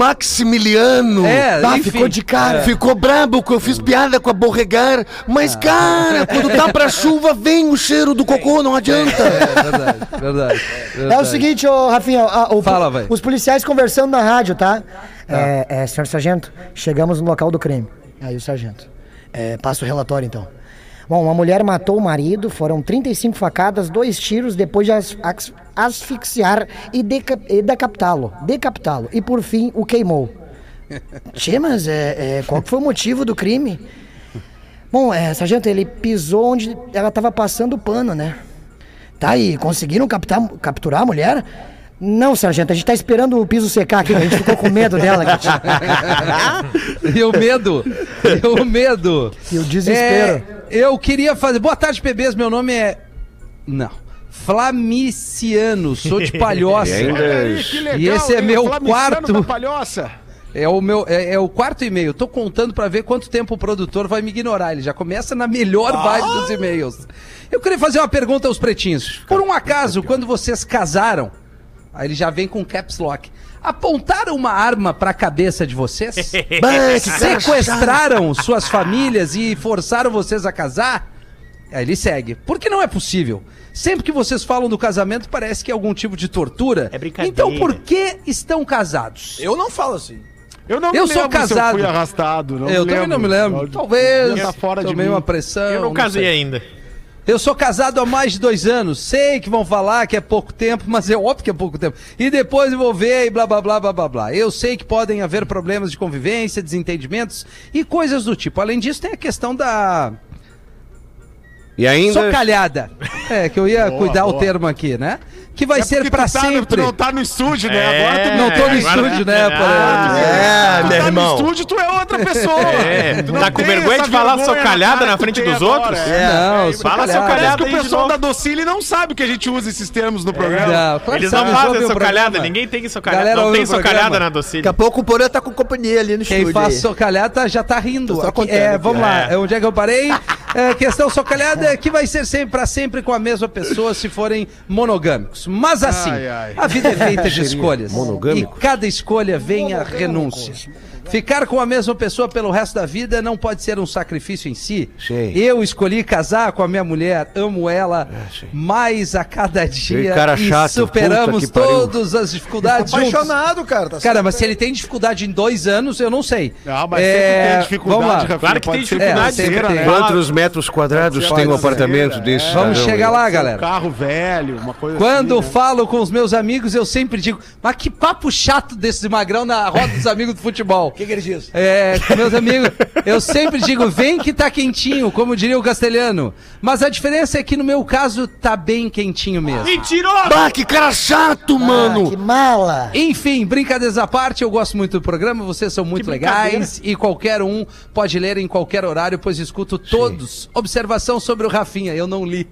Speaker 9: Maximiliano.
Speaker 5: É,
Speaker 9: bah,
Speaker 5: enfim.
Speaker 9: ficou de cara.
Speaker 5: É.
Speaker 9: Ficou brabo que eu fiz piada com a Borregar. Mas, cara, quando tá pra chuva, vem o cheiro do cocô, não adianta.
Speaker 5: É verdade, verdade,
Speaker 7: É o
Speaker 5: verdade.
Speaker 7: seguinte, ô, Rafinha, a- o-
Speaker 5: Fala, vai.
Speaker 7: os policiais conversando na rádio, tá? É, é, senhor sargento, chegamos no local do crime. Aí o sargento. É, passa o relatório, então. Bom, uma mulher matou o marido, foram 35 facadas, dois tiros, depois de as- as- asfixiar e, deca- e decapitá-lo. Decapitá-lo. E por fim, o queimou. Tchê, mas é, é, qual que foi o motivo do crime? Bom, é, sargento, ele pisou onde ela estava passando o pano, né? Tá, e conseguiram captar- capturar a mulher? Não, sargento, a gente tá esperando o piso secar aqui, a gente ficou com medo dela. aqui.
Speaker 5: E o medo. E o medo.
Speaker 7: E o desespero.
Speaker 5: É, eu queria fazer. Boa tarde, bebês. Meu nome é. Não. Flamiciano. Sou de Palhoça.
Speaker 4: Peraí, que legal,
Speaker 5: E esse é
Speaker 4: hein?
Speaker 5: meu
Speaker 4: Flamiciano
Speaker 5: quarto.
Speaker 4: da Palhoça.
Speaker 5: É o meu, é, é o quarto e-mail. Tô contando pra ver quanto tempo o produtor vai me ignorar. Ele já começa na melhor
Speaker 4: Ah.
Speaker 5: vibe dos e-mails. Eu queria fazer uma pergunta aos pretinhos. Por um acaso, quando vocês casaram, aí ele já vem com caps lock. Apontaram uma arma pra cabeça de vocês?
Speaker 9: Bah, que cara
Speaker 5: sequestraram suas famílias e forçaram vocês a casar? Aí ele segue. Porque não é possível. Sempre que vocês falam do casamento, parece que é algum tipo de tortura.
Speaker 6: É brincadeira.
Speaker 5: Então por que estão casados?
Speaker 3: Eu não falo assim.
Speaker 4: Eu não
Speaker 5: Eu
Speaker 4: me
Speaker 5: sou
Speaker 4: lembro se
Speaker 5: casado.
Speaker 4: eu fui arrastado. Não
Speaker 5: eu também não me lembro. Talvez.
Speaker 4: Tá fora de
Speaker 5: tomei
Speaker 4: mim.
Speaker 5: uma pressão.
Speaker 6: Eu não casei
Speaker 5: sei.
Speaker 6: ainda.
Speaker 5: Eu sou casado há mais de dois anos. Sei que vão falar que é pouco tempo, mas é óbvio que é pouco tempo. E depois eu vou ver e blá blá blá blá blá blá. Eu sei que podem haver problemas de convivência, desentendimentos e coisas do tipo. Além disso, tem a questão da
Speaker 8: E ainda.
Speaker 5: socalhada. É, que eu ia cuidar o termo aqui, né? Que vai ser pra sempre.
Speaker 4: não É tá no estúdio, né?
Speaker 6: É,
Speaker 4: Agora tu
Speaker 5: Não tô no
Speaker 6: agora-
Speaker 5: estúdio, né,
Speaker 6: Ah,
Speaker 5: Porã?
Speaker 8: É,
Speaker 4: tu
Speaker 8: meu
Speaker 4: tá
Speaker 8: irmão.
Speaker 4: no estúdio, tu é outra pessoa.
Speaker 6: É,
Speaker 4: Tu
Speaker 6: tá
Speaker 4: não
Speaker 6: com
Speaker 4: tem
Speaker 6: vergonha
Speaker 4: essa
Speaker 6: de falar
Speaker 4: vergonha
Speaker 6: socalhada
Speaker 4: cara
Speaker 6: na
Speaker 4: que tu
Speaker 6: frente
Speaker 4: tem
Speaker 6: dos
Speaker 4: agora,
Speaker 6: outros?
Speaker 4: é.
Speaker 5: Não,
Speaker 6: Fala
Speaker 4: Parece
Speaker 6: socalhada.
Speaker 4: que o
Speaker 6: Aí de
Speaker 4: pessoal
Speaker 6: novo.
Speaker 4: da Docile não sabe que a gente usa esse termos no programa.
Speaker 5: Não, claro que
Speaker 6: Eles
Speaker 5: sabe,
Speaker 6: não
Speaker 5: ouve
Speaker 6: fazem
Speaker 5: o
Speaker 6: socalhada,
Speaker 5: programa.
Speaker 6: ninguém tem socalhada.
Speaker 5: Galera,
Speaker 6: não
Speaker 5: ouve
Speaker 6: tem
Speaker 5: o
Speaker 6: socalhada
Speaker 5: programa.
Speaker 6: na docília.
Speaker 10: Daqui a pouco o Porã tá com companhia ali no
Speaker 5: Quem
Speaker 10: estúdio.
Speaker 5: faz
Speaker 10: aí.
Speaker 5: socalhada já tá rindo.
Speaker 10: só
Speaker 5: Aqui-
Speaker 10: contando
Speaker 5: é,
Speaker 10: aqui,
Speaker 5: vamos lá.
Speaker 6: é.
Speaker 5: Onde é que eu parei? É, questão socalhada é que vai ser sempre para sempre com a mesma pessoa se forem monogâmicos. Mas assim,
Speaker 4: Ai, ai.
Speaker 5: a vida é feita de escolhas.
Speaker 8: Monogâmico?
Speaker 5: E cada escolha vem a renúncia. Ficar com a mesma pessoa pelo resto da vida não pode ser um sacrifício em si.
Speaker 8: Sim.
Speaker 5: Eu escolhi casar com a minha mulher, amo ela,
Speaker 10: É,
Speaker 8: sim.
Speaker 5: mais a cada dia
Speaker 8: cara
Speaker 5: e
Speaker 8: chato,
Speaker 5: superamos
Speaker 8: puta que pariu.
Speaker 5: todas as dificuldades. juntos.
Speaker 3: Apaixonado, cara. Tá
Speaker 5: Cara, mas se ele tem dificuldade em dois anos, eu não sei.
Speaker 4: Ah, mas
Speaker 5: É,
Speaker 4: sempre tem dificuldade,
Speaker 5: Vamos lá.
Speaker 4: Rafinha,
Speaker 6: Claro que
Speaker 4: pode
Speaker 6: tem
Speaker 4: ser
Speaker 5: dificuldade,
Speaker 4: financeira,
Speaker 5: sempre tem. É.
Speaker 4: né?
Speaker 8: Quantos metros quadrados tem um apartamento desse?
Speaker 5: Vamos
Speaker 8: cidadão?
Speaker 5: chegar lá,
Speaker 4: Um
Speaker 5: galera.
Speaker 4: carro velho, uma coisa
Speaker 5: Quando
Speaker 4: assim, né?
Speaker 5: falo com os meus amigos, eu sempre digo, mas que papo chato desse magrão na roda dos amigos do futebol. O que, ele diz? É, com meus amigos, eu sempre digo, vem que tá quentinho, como diria o castelhano. Mas a diferença é que no meu caso, tá bem quentinho mesmo.
Speaker 6: Mentiroso!
Speaker 9: Bah, que cara chato,
Speaker 7: Ah,
Speaker 9: mano.
Speaker 7: que mala!
Speaker 5: Enfim, brincadeiras à parte, eu gosto muito do programa, vocês são muito legais e qualquer um pode ler em qualquer horário, pois escuto todos. Observação sobre o Rafinha, eu não li.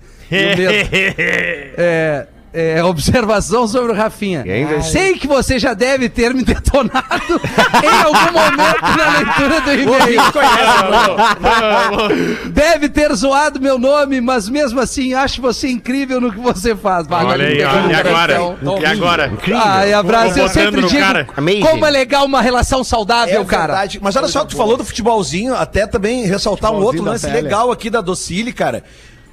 Speaker 5: Eu mesmo. é, é, observação sobre o Rafinha.
Speaker 8: E ainda-
Speaker 5: Sei que você já deve ter me detonado em algum momento na leitura do e-mail. Deve ter zoado meu nome, mas mesmo assim acho você incrível no que você faz. Bah,
Speaker 6: Olha aí,
Speaker 5: não tem
Speaker 6: ó.
Speaker 5: como
Speaker 6: E agora?
Speaker 5: não.
Speaker 6: E agora?
Speaker 5: Ai, abraço. Eu
Speaker 6: Botando
Speaker 5: sempre
Speaker 6: no
Speaker 5: digo
Speaker 6: cara.
Speaker 8: Amazing.
Speaker 5: como é legal uma relação saudável,
Speaker 3: É
Speaker 5: cara.
Speaker 3: verdade. Mas olha só, tu falou do futebolzinho, até também ressaltar um outro
Speaker 4: da
Speaker 3: lance
Speaker 4: velha.
Speaker 3: legal aqui da Docile, cara.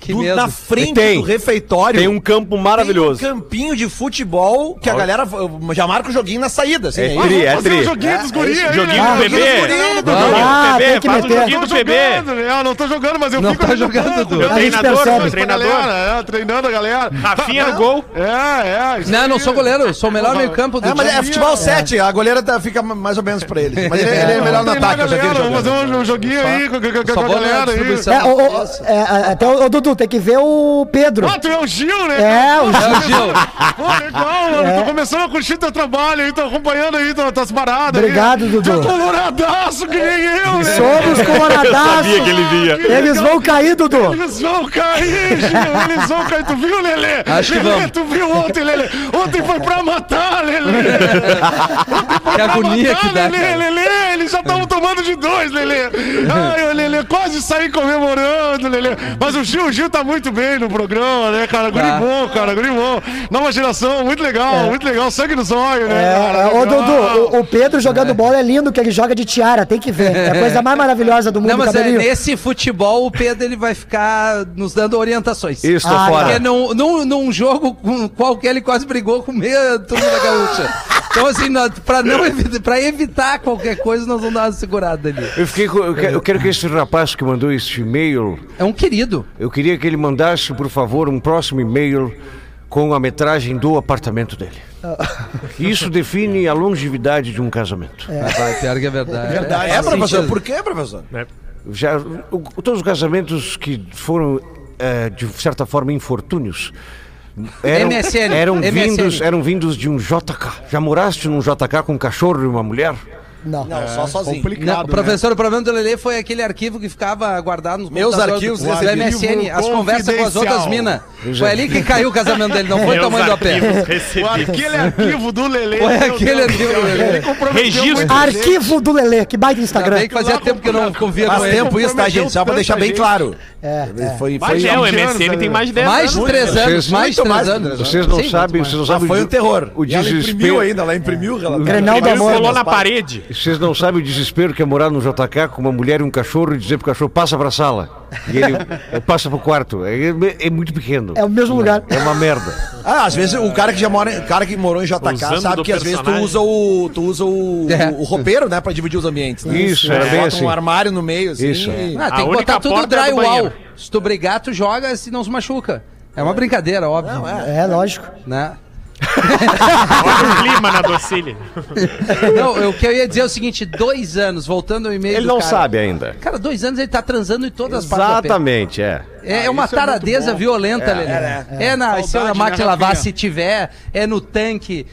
Speaker 5: Que
Speaker 3: do-
Speaker 5: medo.
Speaker 3: na frente
Speaker 8: Tem.
Speaker 3: do refeitório.
Speaker 8: Tem um campo maravilhoso.
Speaker 3: Tem um campinho de futebol que a galera eh, já marca o joguinho na saída, assim.
Speaker 8: É
Speaker 3: né?
Speaker 8: tri, é tri.
Speaker 4: joguinho dos guris aí,
Speaker 8: Joguinho
Speaker 4: né?
Speaker 8: do bebê.
Speaker 3: um Joguinho do
Speaker 8: Joguinho
Speaker 7: Ah,
Speaker 8: do
Speaker 7: tem
Speaker 8: bebê.
Speaker 7: que
Speaker 8: Faz o
Speaker 7: meter.
Speaker 8: joguinho
Speaker 4: Tô
Speaker 8: do bebê.
Speaker 4: jogando, né? Eu não tô jogando, mas eu
Speaker 5: Não
Speaker 4: fico
Speaker 5: tá
Speaker 4: ali no
Speaker 5: jogando,
Speaker 4: banco,
Speaker 5: Dudu.
Speaker 8: Meu
Speaker 7: A gente
Speaker 8: treinador,
Speaker 7: percebe.
Speaker 8: meu
Speaker 4: com a
Speaker 8: treinador.
Speaker 4: galera, é, treinando a galera.
Speaker 8: Rafinha
Speaker 4: Tá-
Speaker 8: no gol.
Speaker 4: É, é. isso
Speaker 5: Não,
Speaker 4: aí.
Speaker 5: não sou goleiro, eu sou o melhor meio campo do
Speaker 3: É, mas
Speaker 5: time.
Speaker 3: é futebol 7, a goleira tá- fica mais ou menos pra ele. Mas ele, ele é melhor no
Speaker 4: Treinar a
Speaker 3: ataque, eu já vi ele
Speaker 4: galera, Vamos fazer
Speaker 3: jogando.
Speaker 4: um, um joguinho aí com, com- com- com
Speaker 5: Só
Speaker 4: a
Speaker 5: vou na
Speaker 4: galera aí.
Speaker 5: distribuição.
Speaker 7: É, ô, ô, é, a- até o, ô, Dudu, tem que ver o Pedro.
Speaker 4: Ah, tu é o Gil, né?
Speaker 7: É, o
Speaker 5: É o Gil.
Speaker 4: Pô, legal, mano. Tô começando a curtir teu trabalho aí, tô acompanhando aí tua- tuas paradas.
Speaker 7: Obrigado,
Speaker 4: aí.
Speaker 7: Dudu.
Speaker 4: Tu é coloradaço que nem eu, né? Ah,
Speaker 7: Somos
Speaker 8: Sabia que
Speaker 7: coloradaços.
Speaker 8: ele vinha.
Speaker 7: Eles vão cair, Dudu.
Speaker 4: Eles vão cair, Gil, eles vão cair. Tu viu, Lelê?
Speaker 5: Acho que
Speaker 4: Lelê,
Speaker 5: vamos.
Speaker 4: Tu viu ontem, Lelê? Ontem foi pra matar, Lelê.
Speaker 5: Que agonia que dá,
Speaker 4: Tá Lelê,
Speaker 5: cara. É.
Speaker 4: Lelê, eles já estavam tomando de dois, Lelê. Ai, ô, Lelê, quase saí comemorando, Lelê. Mas o Gil, o Gil tá muito bem no programa, né, cara? Guri
Speaker 5: Tá. É.
Speaker 4: bom, cara, guri bom. Nova geração, muito legal, muito legal. Sangue nos olhos, né,
Speaker 7: É,
Speaker 4: cara?
Speaker 7: ô,
Speaker 4: Legal.
Speaker 5: Ah.
Speaker 7: Dudu, o, o Pedro jogando bola é lindo, que ele joga de tiara, tem que ver. É a coisa mais maravilhosa do mundo,
Speaker 5: Não, mas é,
Speaker 7: cabelinho.
Speaker 5: nesse futebol o Pedro ele vai ficar nos dando orientações.
Speaker 8: Isso, tô
Speaker 7: Ah,
Speaker 5: Porque
Speaker 8: fora.
Speaker 5: num, num, num jogo com qualquer ele quase brigou com meia turma da gaúcha. Então, assim, nós, pra, não evi- pra evitar qualquer coisa, nós vamos dar uma segurada ali.
Speaker 11: Eu, fiquei com- eu que- eu quero que esse rapaz que mandou esse e-mail,
Speaker 5: É um querido.
Speaker 11: eu queria que ele mandasse, por favor, um próximo e-mail com a metragem do apartamento dele.
Speaker 5: Ah.
Speaker 11: Isso define a longevidade de um casamento.
Speaker 5: Vai, pior que é verdade.
Speaker 3: Verdade. É, professor, por quê, professor?
Speaker 11: Já, o- todos os casamentos que foram, eh, de certa forma, infortúnios. Eram,
Speaker 5: MSN,
Speaker 11: eram
Speaker 5: MSN.
Speaker 11: vindos eram vindos de um JK. Já moraste num JK com um cachorro e uma mulher?
Speaker 7: Não.
Speaker 3: Não, só sozinho.
Speaker 5: Não, professor, o problema do Lelê foi aquele arquivo que ficava guardado nos
Speaker 3: Meus
Speaker 5: computadores
Speaker 3: arquivos,
Speaker 5: do,
Speaker 3: esse
Speaker 5: do
Speaker 3: arquivo
Speaker 5: MSN, as conversas com as
Speaker 3: confidencial.
Speaker 5: outras minas. Foi ali que caiu o casamento dele, não foi o
Speaker 6: Meus
Speaker 5: tamanho do apé.
Speaker 6: arquivos recebidos.
Speaker 4: Aquele arquivo do Lelê.
Speaker 5: Foi
Speaker 4: meu
Speaker 5: aquele
Speaker 4: Deus.
Speaker 5: arquivo do
Speaker 4: Ele
Speaker 3: É.
Speaker 5: Lelê.
Speaker 4: comprometeu
Speaker 6: Registro.
Speaker 4: muito.
Speaker 7: Arquivo do Lelê, que baita
Speaker 5: Ainda
Speaker 7: Instagram.
Speaker 5: bem que fazia tempo que eu não convia
Speaker 3: Faz
Speaker 5: com ele.
Speaker 3: tempo isso, tá,
Speaker 4: prometeu
Speaker 3: gente? Só pra
Speaker 4: tanta
Speaker 3: deixar bem
Speaker 4: gente.
Speaker 3: claro.
Speaker 7: É, é.
Speaker 3: Foi,
Speaker 6: Mas
Speaker 3: foi,
Speaker 6: é,
Speaker 3: um-
Speaker 6: o
Speaker 4: anos,
Speaker 6: MSN tem
Speaker 4: né?
Speaker 6: mais de 10
Speaker 5: Mais de
Speaker 6: anos. né?
Speaker 5: três anos,
Speaker 11: Vocês-
Speaker 5: mais de
Speaker 3: muito
Speaker 5: três
Speaker 3: mais
Speaker 5: anos.
Speaker 11: Vocês não
Speaker 5: Sim,
Speaker 11: sabem,
Speaker 5: muito
Speaker 11: vocês não
Speaker 3: já
Speaker 11: sabem
Speaker 3: foi
Speaker 11: o
Speaker 3: um terror.
Speaker 11: o
Speaker 3: E ela
Speaker 11: desespero. É.
Speaker 3: imprimiu ainda, ela imprimiu o relatório.
Speaker 7: Grenal do
Speaker 6: Ele
Speaker 7: amor.
Speaker 6: colou na parede.
Speaker 11: Vocês não sabem o desespero que é morar num JK com uma mulher e um cachorro e dizer pro cachorro passa pra sala. E ele eh, passa pro quarto. É, é muito pequeno.
Speaker 7: É o mesmo lugar.
Speaker 11: É uma merda.
Speaker 3: Ah, às vezes o cara que já mora, em- o cara que morou em JK
Speaker 6: Usando
Speaker 3: sabe
Speaker 6: do
Speaker 3: que às vezes tu
Speaker 6: personagem.
Speaker 3: usa o tu usa o,
Speaker 5: É.
Speaker 3: o roupeiro, né, pra dividir os ambientes, né?
Speaker 11: Isso, era
Speaker 3: é.
Speaker 11: bem
Speaker 3: Bota
Speaker 11: assim.
Speaker 3: um armário no meio assim.
Speaker 11: Isso.
Speaker 3: e-
Speaker 5: Ah,
Speaker 6: A
Speaker 5: tem que
Speaker 6: única
Speaker 5: botar tudo
Speaker 6: porta é a do
Speaker 5: drywall.
Speaker 6: banheiro.
Speaker 5: se tu brigar, tu joga, se não se machuca. É uma brincadeira, óbvio.
Speaker 7: É, lógico.
Speaker 5: Né?
Speaker 6: Olha o clima na docile.
Speaker 5: Não, eu- o que eu ia dizer é o seguinte: dois anos, voltando ao e-mail.
Speaker 8: Ele
Speaker 5: do
Speaker 8: não
Speaker 5: cara.
Speaker 8: sabe ainda.
Speaker 5: Cara, dois anos ele tá transando em todas as partes. do AP.
Speaker 8: Exatamente, é.
Speaker 5: É,
Speaker 3: Ah,
Speaker 5: é uma taradeza violenta, Lelê. É, na, se é na
Speaker 4: Saudade,
Speaker 5: máquina
Speaker 4: né,
Speaker 5: lavar,
Speaker 4: Rafinha?
Speaker 5: se tiver, é no tanque,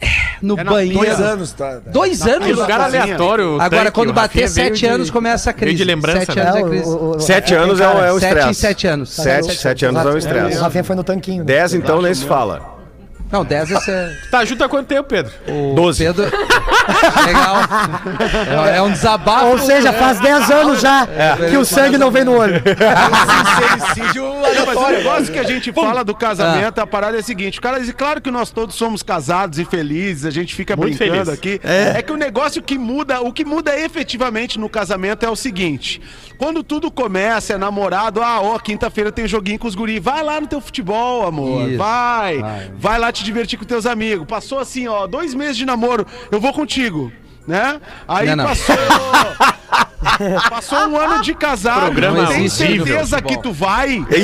Speaker 5: é no
Speaker 6: na-
Speaker 5: banheiro.
Speaker 3: Dois anos,
Speaker 7: né?
Speaker 3: tá? tá.
Speaker 5: Dois
Speaker 6: Que
Speaker 5: anos?
Speaker 6: lugar aleatório. o
Speaker 5: Agora,
Speaker 6: tanque,
Speaker 5: quando
Speaker 6: o
Speaker 5: bater
Speaker 8: é
Speaker 6: Rafinha veio de-
Speaker 5: sete anos, começa a
Speaker 6: veio
Speaker 5: crise.
Speaker 6: de lembrança,
Speaker 5: sete
Speaker 6: né?
Speaker 5: anos
Speaker 7: É,
Speaker 5: é
Speaker 7: o-
Speaker 5: crise.
Speaker 7: o- o-
Speaker 8: Sete
Speaker 7: é,
Speaker 8: anos é
Speaker 7: cara,
Speaker 8: um- é um
Speaker 5: sete em
Speaker 8: estresse.
Speaker 5: sete anos.
Speaker 8: Sete, sete anos é um estresse.
Speaker 7: O Rafinha foi no tanquinho. né?
Speaker 8: Dez, então, nem se fala.
Speaker 5: Não, dez esse é.
Speaker 6: Tá junto há quanto tempo, Pedro?
Speaker 8: Doze.
Speaker 5: Pedro. Legal. É, é um desabafo.
Speaker 7: Ou seja, faz 10 anos já
Speaker 4: É.
Speaker 7: que o sangue não vem no olho.
Speaker 4: Mas o negócio que a gente fala do casamento, a parada é a seguinte, cara, e claro que nós todos somos casados e felizes, a gente fica
Speaker 6: Muito
Speaker 4: brincando
Speaker 6: feliz.
Speaker 4: aqui. É. que o negócio que muda, o que muda efetivamente no casamento é o seguinte: quando tudo começa, é namorado, ah, ó, quinta-feira tem joguinho com os guri, vai lá no teu futebol, amor,
Speaker 5: Isso.
Speaker 4: vai, vai, lá te divertir com teus amigos. Passou assim, ó, dois meses de namoro, eu vou contigo. Né? Aí
Speaker 5: Não, não.
Speaker 4: passou. passou um ano de casado.
Speaker 6: Programa
Speaker 4: tem
Speaker 6: horrível.
Speaker 4: certeza que tu vai?
Speaker 8: É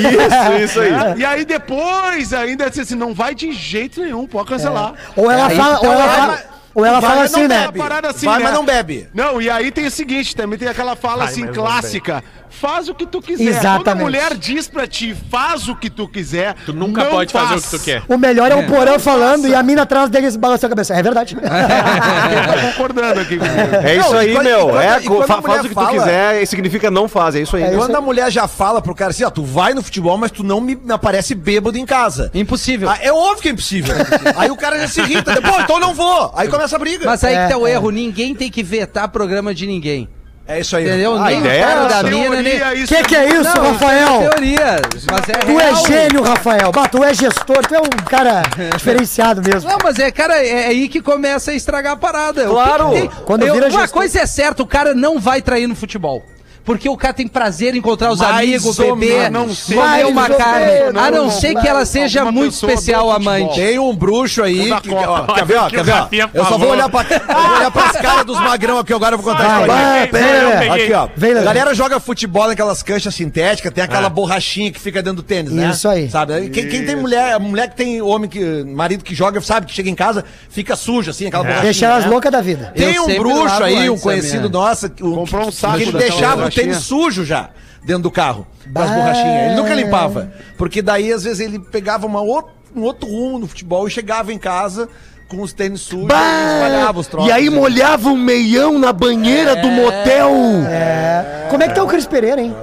Speaker 8: Isso, isso aí.
Speaker 4: É, E aí depois ainda assim, assim, não vai de jeito nenhum, pode cancelar.
Speaker 7: É.
Speaker 4: É. Então,
Speaker 7: Ou ela
Speaker 5: aí
Speaker 7: fala,
Speaker 5: que tá
Speaker 7: ou ela
Speaker 5: lá,
Speaker 7: fala,
Speaker 3: mas-
Speaker 7: ou ela
Speaker 4: Vai,
Speaker 7: fala
Speaker 4: mas não
Speaker 7: assim, né?
Speaker 4: bebe. parada assim,
Speaker 3: Vai,
Speaker 4: né?
Speaker 3: mas não bebe.
Speaker 4: Não, e aí tem o seguinte, também tem aquela fala assim
Speaker 6: mas
Speaker 4: clássica, faz o que tu quiser. Quando a
Speaker 7: Exatamente.
Speaker 4: mulher diz pra ti, faz o que tu quiser,
Speaker 6: Tu nunca
Speaker 4: não
Speaker 6: pode fazer o
Speaker 4: faz.
Speaker 6: que tu quer.
Speaker 7: O melhor é o porão falando e a mina atrás deles balançando a cabeça. É verdade.
Speaker 4: Eu tô concordando aqui com você.
Speaker 8: É isso
Speaker 3: Não, e
Speaker 8: aí,
Speaker 3: quando- e
Speaker 8: meu.
Speaker 3: quando-
Speaker 8: É,
Speaker 3: e quando a
Speaker 8: fa- faz
Speaker 3: mulher
Speaker 8: o que tu
Speaker 3: fala-
Speaker 8: quiser e significa não faz. É isso aí.
Speaker 7: É isso
Speaker 3: Quando a mulher já fala pro cara assim, ó, tu vai no futebol, mas tu não me me aparece bêbado em casa.
Speaker 5: Impossível.
Speaker 3: Ah, é óbvio que é impossível. aí o cara já se irrita, pô, então não vou. Aí começa a briga.
Speaker 5: Mas aí que
Speaker 7: É,
Speaker 5: tá o
Speaker 7: é.
Speaker 5: erro, ninguém tem que vetar programa de ninguém.
Speaker 3: é isso aí.
Speaker 5: Entendeu?
Speaker 8: A
Speaker 5: nem o
Speaker 8: ideia
Speaker 5: cara
Speaker 8: é
Speaker 5: da
Speaker 8: essa.
Speaker 5: mina, nem.
Speaker 4: Teoria,
Speaker 7: Que que é isso,
Speaker 5: Não,
Speaker 7: Rafael?
Speaker 5: isso é teoria, mas é
Speaker 7: Tu é
Speaker 5: real.
Speaker 7: gênio, Rafael. Bah, tu é gestor, tu é um cara diferenciado mesmo.
Speaker 5: Não, mas é, cara, é aí que começa a estragar a parada. O
Speaker 8: Claro.
Speaker 5: que que tem?
Speaker 7: Quando
Speaker 5: Eu-
Speaker 7: vira
Speaker 5: uma
Speaker 7: gestor-
Speaker 5: coisa é certa, o cara não vai trair no futebol. porque o cara tem prazer em encontrar os
Speaker 4: Mais
Speaker 5: amigos,
Speaker 4: ou
Speaker 5: beber,
Speaker 4: menos.
Speaker 5: comer uma
Speaker 4: Mais ou
Speaker 5: carne.
Speaker 4: menos.
Speaker 5: A não ser que ela seja
Speaker 4: Alguma
Speaker 5: muito
Speaker 4: pessoa do
Speaker 5: especial,
Speaker 4: futebol.
Speaker 5: amante.
Speaker 3: Tem um bruxo aí.
Speaker 4: Da
Speaker 3: que-
Speaker 4: Copa.
Speaker 3: ó, quer ver,
Speaker 6: Que
Speaker 3: ó,
Speaker 6: o
Speaker 3: quer ver? ó?
Speaker 6: Rafinha
Speaker 3: Eu só
Speaker 6: falou.
Speaker 3: vou olhar pra eu vou olhar pras caras dos magrão aqui agora, eu vou contar a
Speaker 7: Vai,
Speaker 3: história.
Speaker 7: vai,
Speaker 6: eu
Speaker 7: pera.
Speaker 6: peguei.
Speaker 3: Aqui, ó.
Speaker 7: Vem, É. Lelê.
Speaker 3: a galera joga futebol naquelas canchas sintéticas, tem aquela borrachinha que fica dentro do tênis, né?
Speaker 7: Isso aí.
Speaker 3: Sabe? Aí Quem, quem tem mulher, mulher que tem homem que. marido que joga, sabe que chega em casa, fica suja, assim, aquela borrachinha.
Speaker 7: É. Deixar elas
Speaker 3: né?
Speaker 7: loucas da vida.
Speaker 3: Tem
Speaker 5: Eu
Speaker 3: um
Speaker 5: sempre
Speaker 3: bruxo
Speaker 5: lavo
Speaker 3: aí, um
Speaker 5: antes a minha.
Speaker 3: conhecido nosso, que- o-
Speaker 4: Comprou um
Speaker 3: que-
Speaker 4: saco
Speaker 3: que ele
Speaker 4: daquela
Speaker 3: deixava o
Speaker 4: borrachinha.
Speaker 3: tênis sujo já dentro do carro, das
Speaker 7: Bah.
Speaker 3: borrachinhas. Ele nunca limpava, porque daí às vezes ele pegava uma ou- um outro rumo no futebol e chegava em casa com os tênis sujos
Speaker 9: Bah!
Speaker 3: e espalhava os troços.
Speaker 9: E
Speaker 7: né?
Speaker 9: aí molhava o meião na banheira do motel.
Speaker 7: É. Como é que tá o Cris Pereira, hein?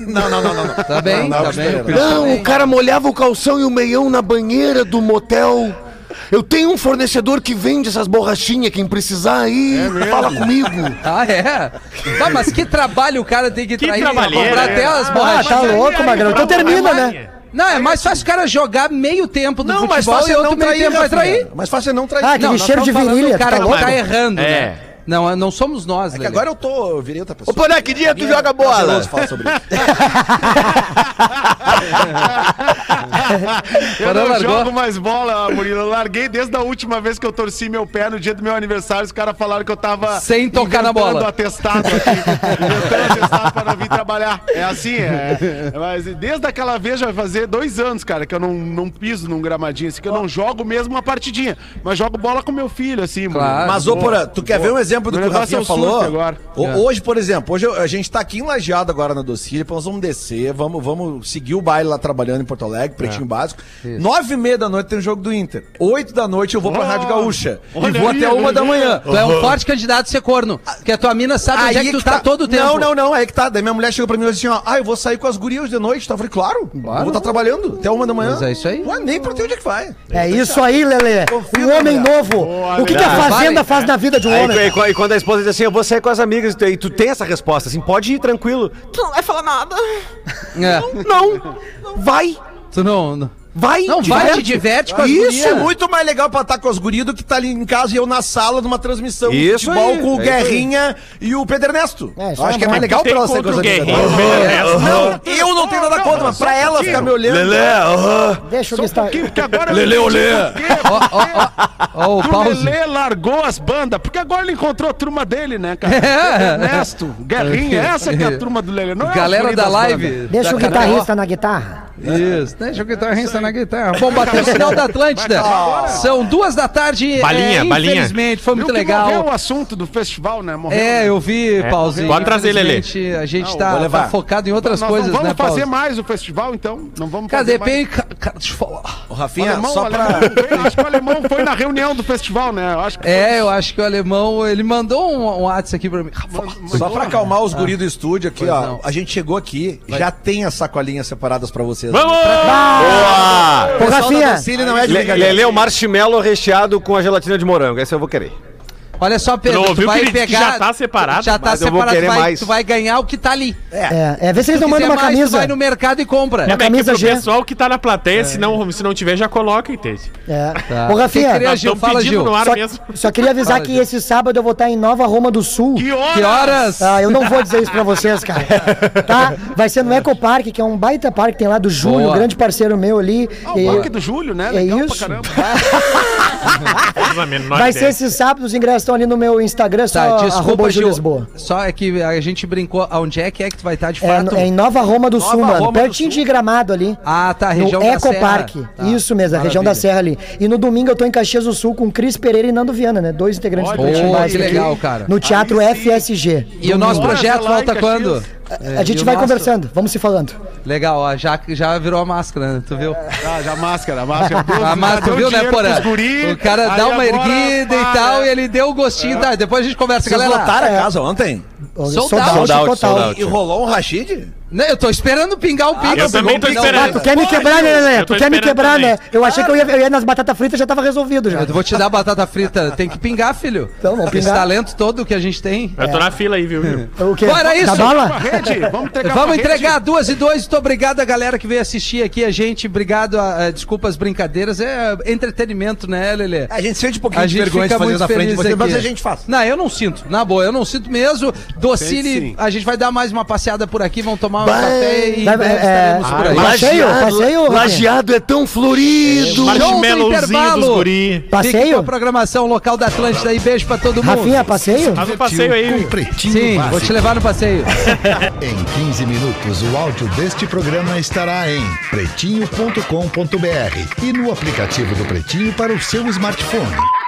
Speaker 3: Não, não, não, não. não.
Speaker 5: Tá bem,
Speaker 3: Não, não,
Speaker 5: tá bem.
Speaker 3: espera.
Speaker 5: o Cris
Speaker 9: Não,
Speaker 5: também.
Speaker 9: o cara molhava o calção e o meião na banheira do motel. Eu tenho um fornecedor que vende essas borrachinhas, quem precisar aí, fala comigo.
Speaker 5: Ah, é? Tá, mas que trabalho o cara tem que, né?
Speaker 6: Que
Speaker 5: trair pra
Speaker 6: trabalheira,
Speaker 5: comprar
Speaker 6: é.
Speaker 3: né?
Speaker 5: até as
Speaker 7: Ah,
Speaker 5: borrachinhas.
Speaker 7: tá louco, magrão. Então termina, né?
Speaker 5: Não, é mais fácil o cara jogar meio tempo do
Speaker 3: Não, mas
Speaker 5: futebol e
Speaker 3: fácil é
Speaker 5: outro
Speaker 3: não
Speaker 5: meio
Speaker 3: trair,
Speaker 5: tempo vai trair.
Speaker 3: Mas fácil é não trair.
Speaker 7: Ah, aquele
Speaker 5: Não, nós
Speaker 7: cheiro de
Speaker 5: estamos falando
Speaker 7: virilha.
Speaker 5: do cara
Speaker 7: tá
Speaker 5: que
Speaker 7: louco?
Speaker 5: tá errando,
Speaker 6: É.
Speaker 5: né? Não, não somos nós,
Speaker 3: É Que
Speaker 5: Lelê.
Speaker 3: agora eu tô, eu virei outra pessoa.
Speaker 10: Ô, Porã, que dia tu joga bola?
Speaker 3: Prazeroso falar sobre isso.
Speaker 4: Eu
Speaker 5: Parou,
Speaker 4: não
Speaker 5: largou?
Speaker 4: jogo mais bola, Murilo. Eu larguei desde a última vez que eu torci meu pé no dia do meu aniversário. Os caras falaram que eu tava.
Speaker 5: Sem tocar na
Speaker 4: inventando
Speaker 5: bola.
Speaker 4: atestado aqui. inventando atestado pra não vir trabalhar. É assim, é. Mas desde aquela vez já vai fazer dois anos, cara, que eu não, não piso num gramadinho, assim, que eu não jogo mesmo uma partidinha. Mas jogo bola com meu filho, assim, mano.
Speaker 5: Claro.
Speaker 3: Mas, ô, Porã, tu quer ver um exemplo do
Speaker 4: Meu
Speaker 3: que o
Speaker 4: negócio
Speaker 3: Rafinha
Speaker 4: é o surf
Speaker 3: falou?
Speaker 4: agora.
Speaker 3: O-
Speaker 5: É.
Speaker 3: Hoje, por exemplo, hoje eu- a gente tá aqui em Lajeado agora na Docília, nós vamos descer, vamos, vamos seguir o baile lá trabalhando em Porto Alegre,
Speaker 5: É.
Speaker 3: pretinho básico. Nove e meia da noite tem o jogo do Inter. Oito da noite eu vou pra
Speaker 5: Ah,
Speaker 4: Oh,
Speaker 3: Rádio Gaúcha. E
Speaker 4: olha
Speaker 3: vou
Speaker 4: aí,
Speaker 3: até
Speaker 4: olha
Speaker 3: uma da
Speaker 4: aí.
Speaker 3: manhã. Ah,
Speaker 5: Tu é um forte candidato a ser corno. Porque a tua mina sabe onde é que tu tá, todo o tempo.
Speaker 3: Não, não, não. Aí que tá. Daí minha mulher chegou pra mim e disse assim: ó, ah, eu vou sair com as gurias de noite. Tá? Eu falei, claro, vou estar trabalhando até uma da manhã.
Speaker 5: Mas é isso aí.
Speaker 3: Ué, nem pra ter onde é que vai.
Speaker 7: É isso aí, Lelê.
Speaker 3: Confia
Speaker 7: Um
Speaker 3: na
Speaker 7: homem
Speaker 3: mulher.
Speaker 7: novo. O que, que a
Speaker 5: verdade.
Speaker 7: fazenda
Speaker 5: Parem,
Speaker 7: faz na vida de um
Speaker 8: Aí,
Speaker 7: homem?
Speaker 8: e- e quando a esposa diz assim, eu vou sair com as amigas, e tu, e tu tem essa resposta, assim, pode ir tranquilo.
Speaker 10: Tu não vai falar nada.
Speaker 5: É.
Speaker 8: Não! Vai!
Speaker 5: Tu não. não.
Speaker 8: Vai!
Speaker 5: Não, vai, te diverte com as
Speaker 3: Isso
Speaker 5: gurias.
Speaker 3: é muito mais legal pra estar com as gurias do que estar ali em casa e eu na sala numa transmissão de
Speaker 8: Isso
Speaker 3: futebol
Speaker 8: aí,
Speaker 3: com o
Speaker 8: é isso aí.
Speaker 3: Guerrinha e o Pedro Ernesto.
Speaker 7: É, isso
Speaker 3: eu
Speaker 7: é
Speaker 3: acho que é mais
Speaker 7: bom.
Speaker 3: legal pra ela ser com
Speaker 6: contra
Speaker 3: as
Speaker 6: o
Speaker 3: amigas
Speaker 6: Guerrinho.
Speaker 3: dela.
Speaker 6: Pedro
Speaker 3: Não, eu não tenho nada contra, mas pra ela ficar me olhando.
Speaker 9: aham.
Speaker 7: Deixa eu tá- listar.
Speaker 4: Que, que agora
Speaker 9: Lele, olê.
Speaker 5: Ó, ó, ó. Ó, o
Speaker 4: Que o
Speaker 5: pause.
Speaker 4: Lelê largou as bandas, porque agora ele encontrou a turma dele, né, cara?
Speaker 5: É.
Speaker 4: Ernesto, Guerrinha, essa que é a turma do Lelê. Não é
Speaker 5: Galera
Speaker 4: as
Speaker 5: da
Speaker 4: gurias bandas.
Speaker 5: live.
Speaker 7: Deixa
Speaker 5: da
Speaker 7: o
Speaker 5: Cadeó.
Speaker 7: guitarrista na guitarra.
Speaker 5: Isso, deixa o guitarrista na guitarra. Bom, bateu o sinal da Atlântida.
Speaker 3: né?
Speaker 5: São duas da tarde. É,
Speaker 6: Balinha, balinha.
Speaker 5: Infelizmente, foi
Speaker 4: Viu
Speaker 5: muito
Speaker 4: que Morreu o
Speaker 5: legal.
Speaker 4: assunto do festival, né? Morreu.
Speaker 5: É, eu vi, Pauzinho.
Speaker 6: Pode trazer, Lelê.
Speaker 5: Infelizmente, A gente
Speaker 4: Não,
Speaker 5: tá,
Speaker 3: vou levar.
Speaker 5: tá focado em outras
Speaker 4: Então Nós
Speaker 5: coisas,
Speaker 4: não vamos
Speaker 5: né,
Speaker 4: fazer
Speaker 5: Pauzinho?
Speaker 4: mais o festival, então? Não vamos
Speaker 5: Cara,
Speaker 4: fazer mais.
Speaker 5: depende. ca- Cara, deixa eu falar.
Speaker 3: Ô,
Speaker 4: O
Speaker 3: Rafinha,
Speaker 4: alemão,
Speaker 3: só
Speaker 4: o alemão
Speaker 3: pra.
Speaker 4: veio, acho que o alemão foi na reunião do festival, né? Eu acho que
Speaker 5: É,
Speaker 4: foi.
Speaker 5: eu acho que o alemão, ele mandou um, um WhatsApp aqui pra mim. Ah.
Speaker 3: Só pra acalmar os guris do estúdio aqui, ó.
Speaker 5: não.
Speaker 3: A gente chegou aqui, já tem as sacolinhas separadas pra vocês.
Speaker 8: Boa!
Speaker 7: Ô, Rafinha,
Speaker 3: Cine não é de
Speaker 8: Le-
Speaker 3: brincadeira.
Speaker 8: Lele, o marshmallow recheado com a gelatina de morango. Essa eu vou querer.
Speaker 5: Olha só, Pedro,
Speaker 6: Não
Speaker 5: tu
Speaker 6: ouviu
Speaker 5: vai
Speaker 6: que ele- que
Speaker 5: pegar.
Speaker 6: já tá separado?
Speaker 5: Já tá
Speaker 8: Mas eu vou
Speaker 5: separado, tu
Speaker 8: querer
Speaker 5: vai,
Speaker 8: mais.
Speaker 5: tu vai ganhar o que tá ali.
Speaker 7: É, é vê se
Speaker 5: Se
Speaker 7: eles não mandam uma
Speaker 5: quiser mais, tu
Speaker 7: camisa.
Speaker 5: vai no mercado e compra.
Speaker 6: É,
Speaker 7: Uma
Speaker 6: mas é que
Speaker 7: camisa
Speaker 6: pro
Speaker 7: G.
Speaker 6: pessoal que tá na
Speaker 5: É.
Speaker 6: plateia, se, não, se não tiver, já coloca, entende?
Speaker 7: É.
Speaker 5: Tá.
Speaker 7: Ô, Rafinha,
Speaker 5: Quem queria- Gil,
Speaker 6: Tão
Speaker 5: fala, Gil.
Speaker 6: no ar
Speaker 7: só,
Speaker 6: mesmo.
Speaker 7: só queria avisar
Speaker 5: Fala,
Speaker 7: que
Speaker 5: Gil.
Speaker 7: esse sábado eu vou estar em Nova Roma do Sul.
Speaker 4: Que horas?
Speaker 5: Que horas?
Speaker 7: Ah, eu não vou dizer isso pra vocês, cara. Tá? Vai ser no Eco Parque, que é um baita parque que tem lá do Júlio,
Speaker 5: Boa.
Speaker 7: grande parceiro meu ali.
Speaker 4: Ah, o
Speaker 7: E-
Speaker 4: Parque do Júlio, né?
Speaker 7: É
Speaker 4: Legal
Speaker 7: isso.
Speaker 4: pra caramba.
Speaker 6: Faz a menor
Speaker 7: Vai ser
Speaker 6: ideia.
Speaker 7: esse sábado, os ingressos estão ali no meu Instagram, só
Speaker 5: Tá,
Speaker 7: arroba
Speaker 5: desculpa,
Speaker 7: Gil
Speaker 5: Gil.
Speaker 7: Lisboa.
Speaker 5: Só é que a gente brincou aonde é que é que tu vai estar de
Speaker 7: É,
Speaker 5: fato.
Speaker 7: é em Nova Roma do Sul,
Speaker 3: Nova
Speaker 7: mano.
Speaker 3: Roma do
Speaker 7: pertinho de Gramado ali.
Speaker 5: Ah, tá,
Speaker 7: No
Speaker 5: região da Serra.
Speaker 7: Ecoparque.
Speaker 5: Tá.
Speaker 7: Isso mesmo, a região
Speaker 5: Maravilha.
Speaker 7: da Serra ali. E no domingo eu tô em Caxias do Sul com Cris Pereira e Nando Viana, né? Dois integrantes
Speaker 4: Olha,
Speaker 7: Pretinho
Speaker 4: boa,
Speaker 7: Básico
Speaker 4: que
Speaker 7: aqui,
Speaker 5: legal, cara.
Speaker 7: No Teatro
Speaker 4: Aí sim.
Speaker 7: FSG.
Speaker 5: E o nosso
Speaker 4: Bora,
Speaker 5: projeto
Speaker 4: tá lá em
Speaker 5: volta
Speaker 4: Caxias.
Speaker 5: quando?
Speaker 7: É, A
Speaker 5: É, E
Speaker 7: gente
Speaker 5: o
Speaker 7: vai
Speaker 5: nosso-
Speaker 7: conversando, vamos se falando.
Speaker 5: Legal, ó, já, já virou a máscara, né? Tu viu?
Speaker 7: É.
Speaker 4: Ah, já máscara, máscara.
Speaker 5: A
Speaker 4: é
Speaker 5: máscara, tu viu, né, Porã? O cara dá uma erguida e tal, e ele deu o gostinho, tá? Depois a gente conversa,
Speaker 3: Vocês
Speaker 5: galera. É.
Speaker 3: lotaram a casa ontem?
Speaker 5: Sold
Speaker 7: Sold
Speaker 5: out.
Speaker 7: out
Speaker 8: Sold out,
Speaker 7: total.
Speaker 8: sold out.
Speaker 3: E rolou um Rashid?
Speaker 5: Não, eu tô esperando pingar o Pix.
Speaker 6: eu também tô
Speaker 7: Ah,
Speaker 6: esperando.
Speaker 7: tu quer me quebrar, né, Lelê?
Speaker 6: Eu tô
Speaker 7: Tu quer me
Speaker 6: esperando
Speaker 7: quebrar,
Speaker 6: também.
Speaker 7: né? Eu achei que eu ia, eu ia nas batatas fritas já tava resolvido já.
Speaker 5: Eu vou te dar batata frita. Tem que pingar, filho. Tá
Speaker 7: Então, vamos
Speaker 5: É, Esse
Speaker 7: pingar.
Speaker 5: talento todo que a gente tem.
Speaker 6: Eu tô na fila aí, viu? Gil?
Speaker 7: O quê?
Speaker 5: Bora
Speaker 7: Da
Speaker 5: isso!
Speaker 7: bala?
Speaker 4: Rede, vamos entregar pra
Speaker 5: Vamos
Speaker 4: rede.
Speaker 5: entregar duas e dois. Muito obrigado a galera que veio assistir aqui a gente. Obrigado. A, a- desculpa as brincadeiras. É entretenimento, né, Lelê?
Speaker 12: A gente sente um pouquinho
Speaker 5: A
Speaker 12: de
Speaker 5: gente
Speaker 12: vergonha de
Speaker 5: fica
Speaker 12: fazer
Speaker 5: muito
Speaker 12: na frente de
Speaker 5: feliz
Speaker 12: você,
Speaker 5: aqui.
Speaker 12: mas a gente faz.
Speaker 5: Não, eu não sinto. Na boa, eu não sinto mesmo. Docile, a gente vai dar mais uma passeada por aqui. Vamos tomar um
Speaker 9: Vai.
Speaker 5: café e em
Speaker 7: Vai,
Speaker 5: breve
Speaker 7: é,
Speaker 5: estaremos por aí.
Speaker 7: vai. Passeio,
Speaker 9: Lajeado-
Speaker 7: passeio, Rafinha.
Speaker 9: Lajeado é tão florido.
Speaker 6: Marshmallowzinho dos
Speaker 5: intervalo.
Speaker 6: guri.
Speaker 5: Fique com a
Speaker 7: Passeio?
Speaker 5: programação local da Atlântida aí. Beijo pra todo mundo.
Speaker 7: Rafinha, passeio?
Speaker 6: Faz um passeio aí.
Speaker 3: Com Pretinho
Speaker 5: Sim,
Speaker 3: Básico.
Speaker 5: vou te levar no passeio.
Speaker 3: Em 15 minutos, o áudio deste programa estará em pretinho.com.br e no aplicativo do Pretinho para o seu smartphone.